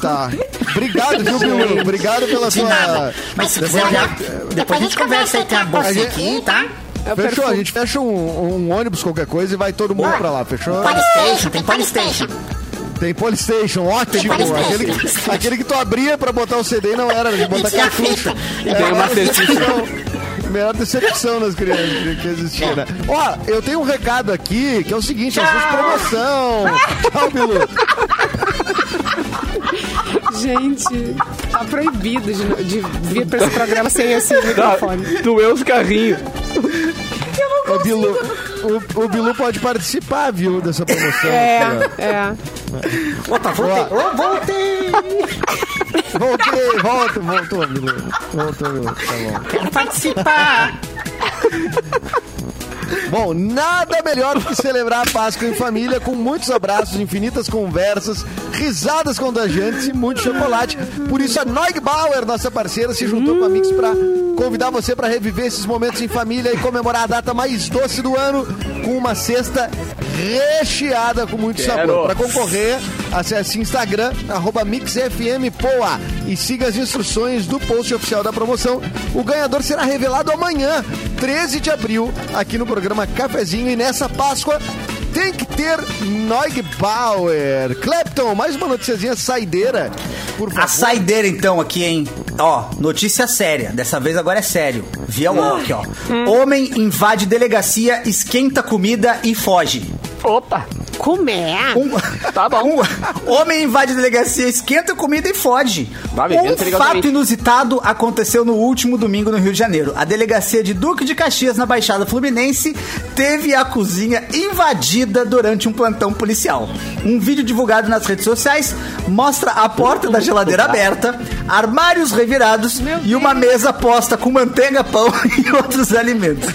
[SPEAKER 3] Tá. Obrigado, viu, Bilu? Obrigado pela
[SPEAKER 6] De
[SPEAKER 3] sua.
[SPEAKER 6] nada. Mas se quiser olhar, depois a gente conversa aí. Tem uma bolsa aqui, tá?
[SPEAKER 1] É
[SPEAKER 3] Fechou, a gente fecha um, um ônibus, qualquer coisa, e vai todo mundo pra lá, fechou?
[SPEAKER 6] Polystation, tem Polystation.
[SPEAKER 3] Tem Polystation, ótimo.
[SPEAKER 6] Polystation.
[SPEAKER 3] Aquele, que- aquele que tu abria pra botar o CD e não era, de
[SPEAKER 6] E
[SPEAKER 3] botar
[SPEAKER 6] tinha
[SPEAKER 3] cartucho.
[SPEAKER 6] fita.
[SPEAKER 5] Tem uma
[SPEAKER 3] Era-
[SPEAKER 5] cestinha.
[SPEAKER 3] Melhor é decepção nas crianças que- que existia, né? Ó, eu tenho um recado aqui, que é o seguinte, assunto de promoção.
[SPEAKER 6] Ah!
[SPEAKER 3] Tchau, Bilu.
[SPEAKER 1] Gente, tá proibido de, de vir pra esse programa sem esse microfone.
[SPEAKER 5] Tá, Doeu os carrinhos.
[SPEAKER 3] O Bilu, o, o Bilu pode participar, viu, dessa promoção.
[SPEAKER 1] É,
[SPEAKER 3] aqui, ó.
[SPEAKER 1] é.
[SPEAKER 2] Opa, voltei. Ô, voltei.
[SPEAKER 3] Voltei, volta, voltou, Bilu. Voltou, Bilu. Tá bom.
[SPEAKER 4] Quero participar.
[SPEAKER 3] Bom, nada melhor do que celebrar a Páscoa em família com muitos abraços, infinitas conversas, risadas contagiantes e muito chocolate. Por isso a Noig Bauer, nossa parceira, se juntou com a Mix para convidar você para reviver esses momentos em família e comemorar a data mais doce do ano com uma cesta recheada com muito
[SPEAKER 5] Quero.
[SPEAKER 3] sabor. Para concorrer, acesse Instagram, arroba MixFMPoa e siga as instruções do post oficial da promoção. O ganhador será revelado amanhã, 13 de abril, aqui no programa Cafezinho. E nessa Páscoa tem que ter Noig Bauer. Clapton, mais uma noticiazinha saideira, por favor.
[SPEAKER 2] A saideira, então, aqui, hein? Ó, notícia séria. Dessa vez agora é sério. Via Walk, ó. Homem invade delegacia, esquenta comida e foge.
[SPEAKER 5] Opa!
[SPEAKER 1] Como é?
[SPEAKER 2] Um...
[SPEAKER 5] Tá bom.
[SPEAKER 2] Um homem invade delegacia, esquenta comida e foge.
[SPEAKER 5] Vai vivendo
[SPEAKER 2] um fato
[SPEAKER 5] perigosamente.
[SPEAKER 2] inusitado aconteceu no último domingo no Rio de Janeiro. A delegacia de Duque de Caxias, na Baixada Fluminense, teve a cozinha invadida durante um plantão policial. Um vídeo divulgado nas redes sociais mostra a porta da geladeira aberta, armários revirados e uma mesa posta com manteiga, pão e outros alimentos.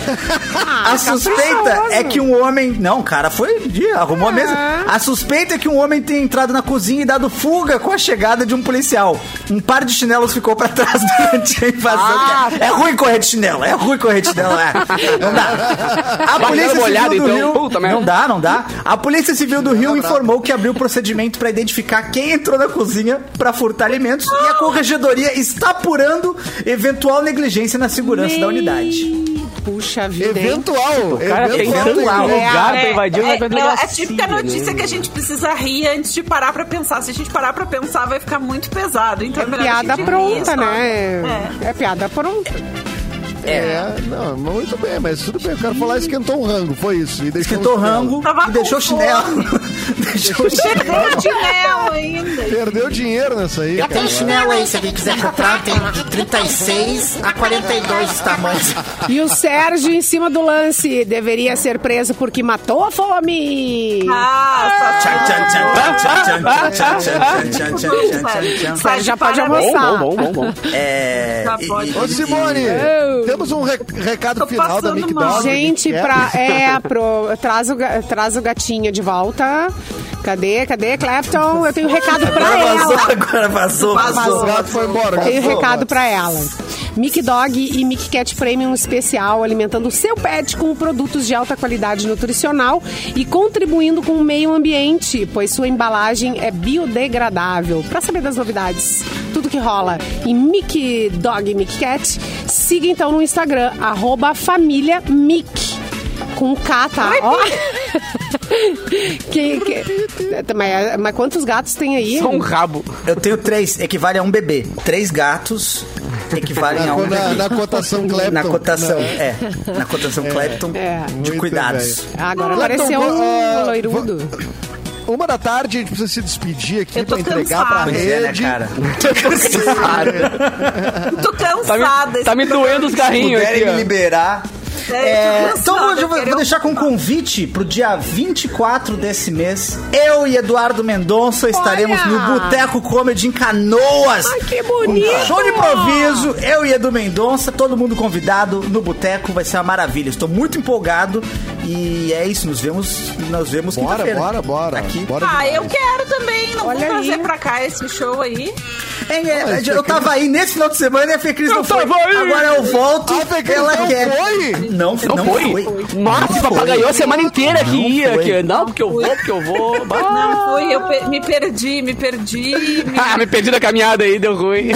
[SPEAKER 2] A suspeita é que um homem. Não, cara, foi. de- Arrumou a mesa. A suspeita é que um homem tenha entrado na cozinha e dado fuga com a chegada de um policial. Um par de chinelos ficou pra trás durante a invasão. É ruim correr de chinelo, é ruim correr de chinelo, é. Não dá. A
[SPEAKER 5] Vai
[SPEAKER 2] Polícia
[SPEAKER 5] dar uma
[SPEAKER 2] Civil
[SPEAKER 5] olhada,
[SPEAKER 2] do
[SPEAKER 5] então.
[SPEAKER 2] Rio.
[SPEAKER 5] Puta merda.
[SPEAKER 2] Não dá, não dá. A Polícia Civil do Rio informou que abriu o procedimento pra identificar quem entrou na cozinha pra furtar alimentos e a corregedoria está apurando eventual negligência na segurança da unidade.
[SPEAKER 1] Puxa vida. hein?
[SPEAKER 3] Eventual,
[SPEAKER 5] O cara tem
[SPEAKER 3] eventual.
[SPEAKER 5] tanto
[SPEAKER 2] É,
[SPEAKER 1] Ah,
[SPEAKER 5] lugar pra invadir
[SPEAKER 4] é,
[SPEAKER 5] uma
[SPEAKER 4] é a
[SPEAKER 5] delegacia,
[SPEAKER 4] típica
[SPEAKER 5] né?
[SPEAKER 4] notícia que a gente precisa rir antes de parar pra pensar. Se a gente parar pra pensar, vai ficar muito pesado. Então é, melhor a
[SPEAKER 1] Piada
[SPEAKER 4] gente rir,
[SPEAKER 1] pronta,
[SPEAKER 4] só.
[SPEAKER 1] né? É. piada pronta.
[SPEAKER 3] É, não, muito bem, mas tudo bem. O cara falou, esquentou um rango, foi isso. E deixou
[SPEAKER 2] Esquentou
[SPEAKER 3] um
[SPEAKER 2] o
[SPEAKER 3] chinelo.
[SPEAKER 2] rango
[SPEAKER 4] Tava
[SPEAKER 2] e deixou o
[SPEAKER 4] com
[SPEAKER 2] chinelo. deixou o chinelo.
[SPEAKER 4] Perdeu o chinelo ainda.
[SPEAKER 3] Perdeu dinheiro nessa aí,
[SPEAKER 6] Eu
[SPEAKER 3] cara.
[SPEAKER 6] tenho chinelo aí, se alguém quiser comprar, tem de 36 a 42 tamanhos.
[SPEAKER 1] E o Sérgio em cima do lance deveria ser preso porque matou a fome.
[SPEAKER 4] Ah, tá só
[SPEAKER 1] Sérgio já pode
[SPEAKER 4] Parabéns.
[SPEAKER 5] Bom,
[SPEAKER 1] almoçar.
[SPEAKER 5] bom, bom, bom, bom.
[SPEAKER 2] É,
[SPEAKER 4] Já
[SPEAKER 2] e-
[SPEAKER 4] pode.
[SPEAKER 3] Ô, Simone,
[SPEAKER 2] é
[SPEAKER 1] Eu-
[SPEAKER 3] temos um re- recado
[SPEAKER 4] Tô
[SPEAKER 3] final da
[SPEAKER 4] passando
[SPEAKER 3] Mick
[SPEAKER 4] mal.
[SPEAKER 3] Dog.
[SPEAKER 1] Gente,
[SPEAKER 3] Mick
[SPEAKER 1] pra,
[SPEAKER 3] Cat.
[SPEAKER 1] é, pro, traz, o, ga- traz o gatinho de volta. Cadê, cadê, Clapton? Eu tenho um recado pra
[SPEAKER 2] Agora vazou,
[SPEAKER 1] ela.
[SPEAKER 2] agora vazou,
[SPEAKER 3] O
[SPEAKER 2] vazou.
[SPEAKER 3] gato foi embora.
[SPEAKER 1] Tem um
[SPEAKER 3] gastou,
[SPEAKER 1] recado
[SPEAKER 3] gato.
[SPEAKER 1] pra ela. Mic Dog e Mic Cat Premium especial, alimentando o seu pet com produtos de alta qualidade nutricional e contribuindo com o meio ambiente, pois sua embalagem é biodegradável. Pra saber das novidades, tudo que rola em Mic Dog e Mic Cat, siga então no Instagram, arroba família Mic. Com K, tá? Ó. que, que- mas, mas quantos gatos tem aí?
[SPEAKER 5] Só um rabo.
[SPEAKER 2] Eu tenho três, equivale a um bebê. Três gatos equivalem a um
[SPEAKER 3] Na,
[SPEAKER 2] bebê.
[SPEAKER 3] na cotação Clapton.
[SPEAKER 2] Na cotação,
[SPEAKER 3] Não.
[SPEAKER 2] é. Na cotação Clapton,
[SPEAKER 1] É.
[SPEAKER 2] de
[SPEAKER 3] Muito
[SPEAKER 2] cuidados.
[SPEAKER 1] Ah, Agora
[SPEAKER 3] Clapton,
[SPEAKER 1] apareceu
[SPEAKER 3] ah,
[SPEAKER 1] um loirudo.
[SPEAKER 3] Uma da tarde, a gente precisa se despedir aqui
[SPEAKER 4] Eu tô
[SPEAKER 3] pra entregar
[SPEAKER 4] cansada.
[SPEAKER 3] pra
[SPEAKER 2] Pois é, né,
[SPEAKER 3] rede.
[SPEAKER 2] cara?
[SPEAKER 4] Tô
[SPEAKER 5] Tá me,
[SPEAKER 4] cansada. esse
[SPEAKER 5] tá me doendo os
[SPEAKER 2] Se
[SPEAKER 5] carrinhos aqui,
[SPEAKER 2] puderem me
[SPEAKER 5] ó.
[SPEAKER 2] liberar.
[SPEAKER 4] É, eu
[SPEAKER 2] É,
[SPEAKER 4] tô
[SPEAKER 2] então
[SPEAKER 4] cansada,
[SPEAKER 2] hoje eu vou,
[SPEAKER 4] eu quero-
[SPEAKER 2] vou deixar com um convite pro dia 24 desse mês. Eu e Eduardo Mendonça estaremos no Boteco Comedy em Canoas.
[SPEAKER 1] Ai, que bonito!
[SPEAKER 2] Um show de improviso, eu e Edu Mendonça, todo mundo convidado no Boteco, vai ser uma maravilha. Estou muito empolgado e é isso, nos vemos, nós vemos
[SPEAKER 3] Bora,
[SPEAKER 2] quinta-feira.
[SPEAKER 3] bora, bora.
[SPEAKER 2] Aqui.
[SPEAKER 3] Bora
[SPEAKER 4] Ah,
[SPEAKER 3] demais.
[SPEAKER 4] eu quero também. Não
[SPEAKER 1] Olha
[SPEAKER 4] vou trazer
[SPEAKER 1] aí.
[SPEAKER 4] pra cá esse show aí.
[SPEAKER 2] É, é, é, eu tava aí nesse final de semana e a Fê Cris
[SPEAKER 5] Eu
[SPEAKER 2] não foi.
[SPEAKER 5] tava aí.
[SPEAKER 2] Agora eu volto.
[SPEAKER 3] Ah, Fê Cris
[SPEAKER 2] ela
[SPEAKER 3] não
[SPEAKER 2] quer.
[SPEAKER 3] foi?
[SPEAKER 2] Não, não,
[SPEAKER 5] Não, foi? Nossa, papagaiou a semana inteira que ia.
[SPEAKER 2] foi.
[SPEAKER 5] Que, não, porque eu vou, porque eu vou.
[SPEAKER 1] Oh!
[SPEAKER 5] Bah.
[SPEAKER 4] Não fui, eu pe- me perdi, me perdi. Me...
[SPEAKER 5] Ah, me perdi na caminhada aí, deu ruim.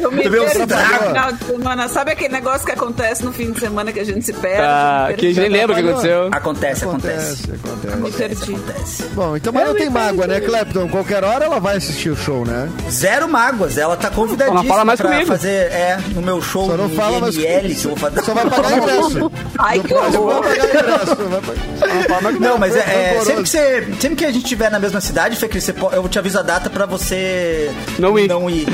[SPEAKER 4] Eu me
[SPEAKER 2] Tu vê um
[SPEAKER 4] perdi no
[SPEAKER 2] estrago. um
[SPEAKER 4] final de semana. Sabe aquele negócio que acontece no fim de semana que a gente se perde?
[SPEAKER 5] Ah, Aqui a gente nem lembra o que aconteceu.
[SPEAKER 2] Acontece, acontece.
[SPEAKER 3] Acontece, acontece.
[SPEAKER 4] Me perdi.
[SPEAKER 2] Acontece.
[SPEAKER 3] Bom, então, mas
[SPEAKER 1] Eu
[SPEAKER 3] não tem
[SPEAKER 1] me
[SPEAKER 3] mágoa, né,
[SPEAKER 1] perdi.
[SPEAKER 3] Clapton? Qualquer hora ela vai assistir o show, né?
[SPEAKER 2] Zero mágoas, ela tá convidadíssima
[SPEAKER 5] Ela fala mais
[SPEAKER 2] pra
[SPEAKER 5] comigo.
[SPEAKER 2] fazer, é, no meu show
[SPEAKER 3] Só não
[SPEAKER 2] no
[SPEAKER 3] fala mais
[SPEAKER 2] INL,
[SPEAKER 3] comigo.
[SPEAKER 2] que eu vou fazer.
[SPEAKER 3] Só vai pagar ingresso.
[SPEAKER 4] Ai,
[SPEAKER 3] Não
[SPEAKER 4] que
[SPEAKER 3] pode,
[SPEAKER 4] horror.
[SPEAKER 3] vai pagar ingresso. Vai pagar...
[SPEAKER 2] Não, mas é, é,
[SPEAKER 3] Rancoroso.
[SPEAKER 2] sempre, que você- sempre que a gente estiver na mesma cidade, Fê, Cris, você po- eu te aviso a data pra você
[SPEAKER 5] Não ir.
[SPEAKER 2] Não ir.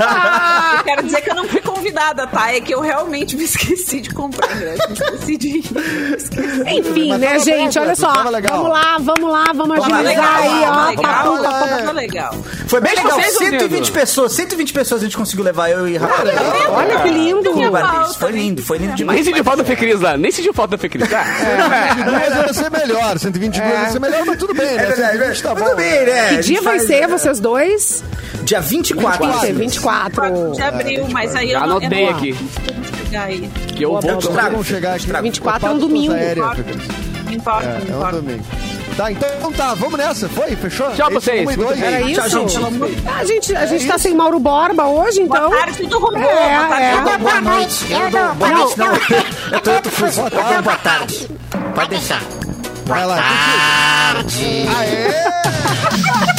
[SPEAKER 4] Ah, eu quero dizer que eu não fui convidada, tá? É que eu realmente me esqueci de comprar ingresso. Me esqueci de ir. Tá
[SPEAKER 1] Enfim,
[SPEAKER 3] Mas
[SPEAKER 1] né,
[SPEAKER 3] tava
[SPEAKER 1] gente?
[SPEAKER 3] bom,
[SPEAKER 1] Olha
[SPEAKER 3] Beto,
[SPEAKER 1] só.
[SPEAKER 3] tava legal.
[SPEAKER 1] Vamos lá, vamos lá, vamos
[SPEAKER 2] Tava
[SPEAKER 1] agilizar aí,
[SPEAKER 2] legal, tava
[SPEAKER 1] ó. tá
[SPEAKER 2] legal.
[SPEAKER 1] Papu,
[SPEAKER 4] tá Legal,
[SPEAKER 1] papu.
[SPEAKER 4] tava legal.
[SPEAKER 2] Foi bem legal.
[SPEAKER 5] vocês, ouvindo.
[SPEAKER 2] 120 pessoas, 120 pessoas a gente conseguiu levar eu e Rafael.
[SPEAKER 1] Olha que lindo.
[SPEAKER 4] Tá Minha
[SPEAKER 2] Foi
[SPEAKER 4] falta,
[SPEAKER 2] lindo, Foi
[SPEAKER 4] né?
[SPEAKER 2] lindo, foi lindo
[SPEAKER 5] Nem
[SPEAKER 2] demais.
[SPEAKER 5] sentiu falta do Fecris lá, nem sentiu falta do Fecris. Ah,
[SPEAKER 3] É. Mas vai ser melhor. 122 vai ser melhor, mas tudo bem, né?
[SPEAKER 2] É verdade,
[SPEAKER 3] 120 tá bom.
[SPEAKER 2] Tudo bem, né?
[SPEAKER 1] Que
[SPEAKER 2] A
[SPEAKER 1] dia
[SPEAKER 2] gente
[SPEAKER 1] vai
[SPEAKER 2] faz,
[SPEAKER 1] ser
[SPEAKER 2] é,
[SPEAKER 1] vocês dois?
[SPEAKER 2] Dia 24.
[SPEAKER 1] 20, 24.
[SPEAKER 4] 4 de
[SPEAKER 2] É,
[SPEAKER 4] abril,
[SPEAKER 2] tipo,
[SPEAKER 4] mas aí eu não-
[SPEAKER 5] Já
[SPEAKER 4] eu
[SPEAKER 5] anotei
[SPEAKER 4] não-
[SPEAKER 5] aqui.
[SPEAKER 4] eu não chegar aí.
[SPEAKER 5] que eu vou.
[SPEAKER 3] Então,
[SPEAKER 2] Estrago,
[SPEAKER 3] vamos chegar aqui.
[SPEAKER 2] estrago.
[SPEAKER 1] 24 é um
[SPEAKER 3] Papo
[SPEAKER 1] domingo.
[SPEAKER 3] aérea,
[SPEAKER 4] Claro.
[SPEAKER 3] fica-
[SPEAKER 4] Não importa,
[SPEAKER 3] É,
[SPEAKER 4] não
[SPEAKER 3] é um
[SPEAKER 4] importa.
[SPEAKER 3] domingo. Tá, então tá, vamos nessa. Foi? Fechou?
[SPEAKER 5] Tchau,
[SPEAKER 3] Esse
[SPEAKER 5] vocês.
[SPEAKER 3] um e dois.
[SPEAKER 1] Era isso?
[SPEAKER 2] Tchau, gente.
[SPEAKER 1] A gente, a gente tá sem Mauro Borba hoje, então.
[SPEAKER 4] Boa tarde do robô.
[SPEAKER 1] É,
[SPEAKER 4] boa tarde
[SPEAKER 1] é.
[SPEAKER 4] do robô.
[SPEAKER 1] Boa
[SPEAKER 2] Boa, boa noite. Eu dou boa noite, não. Eu tô em outro fuso. Eu dou boa tarde.
[SPEAKER 3] Vai lá.
[SPEAKER 2] Tarde.
[SPEAKER 3] Aê!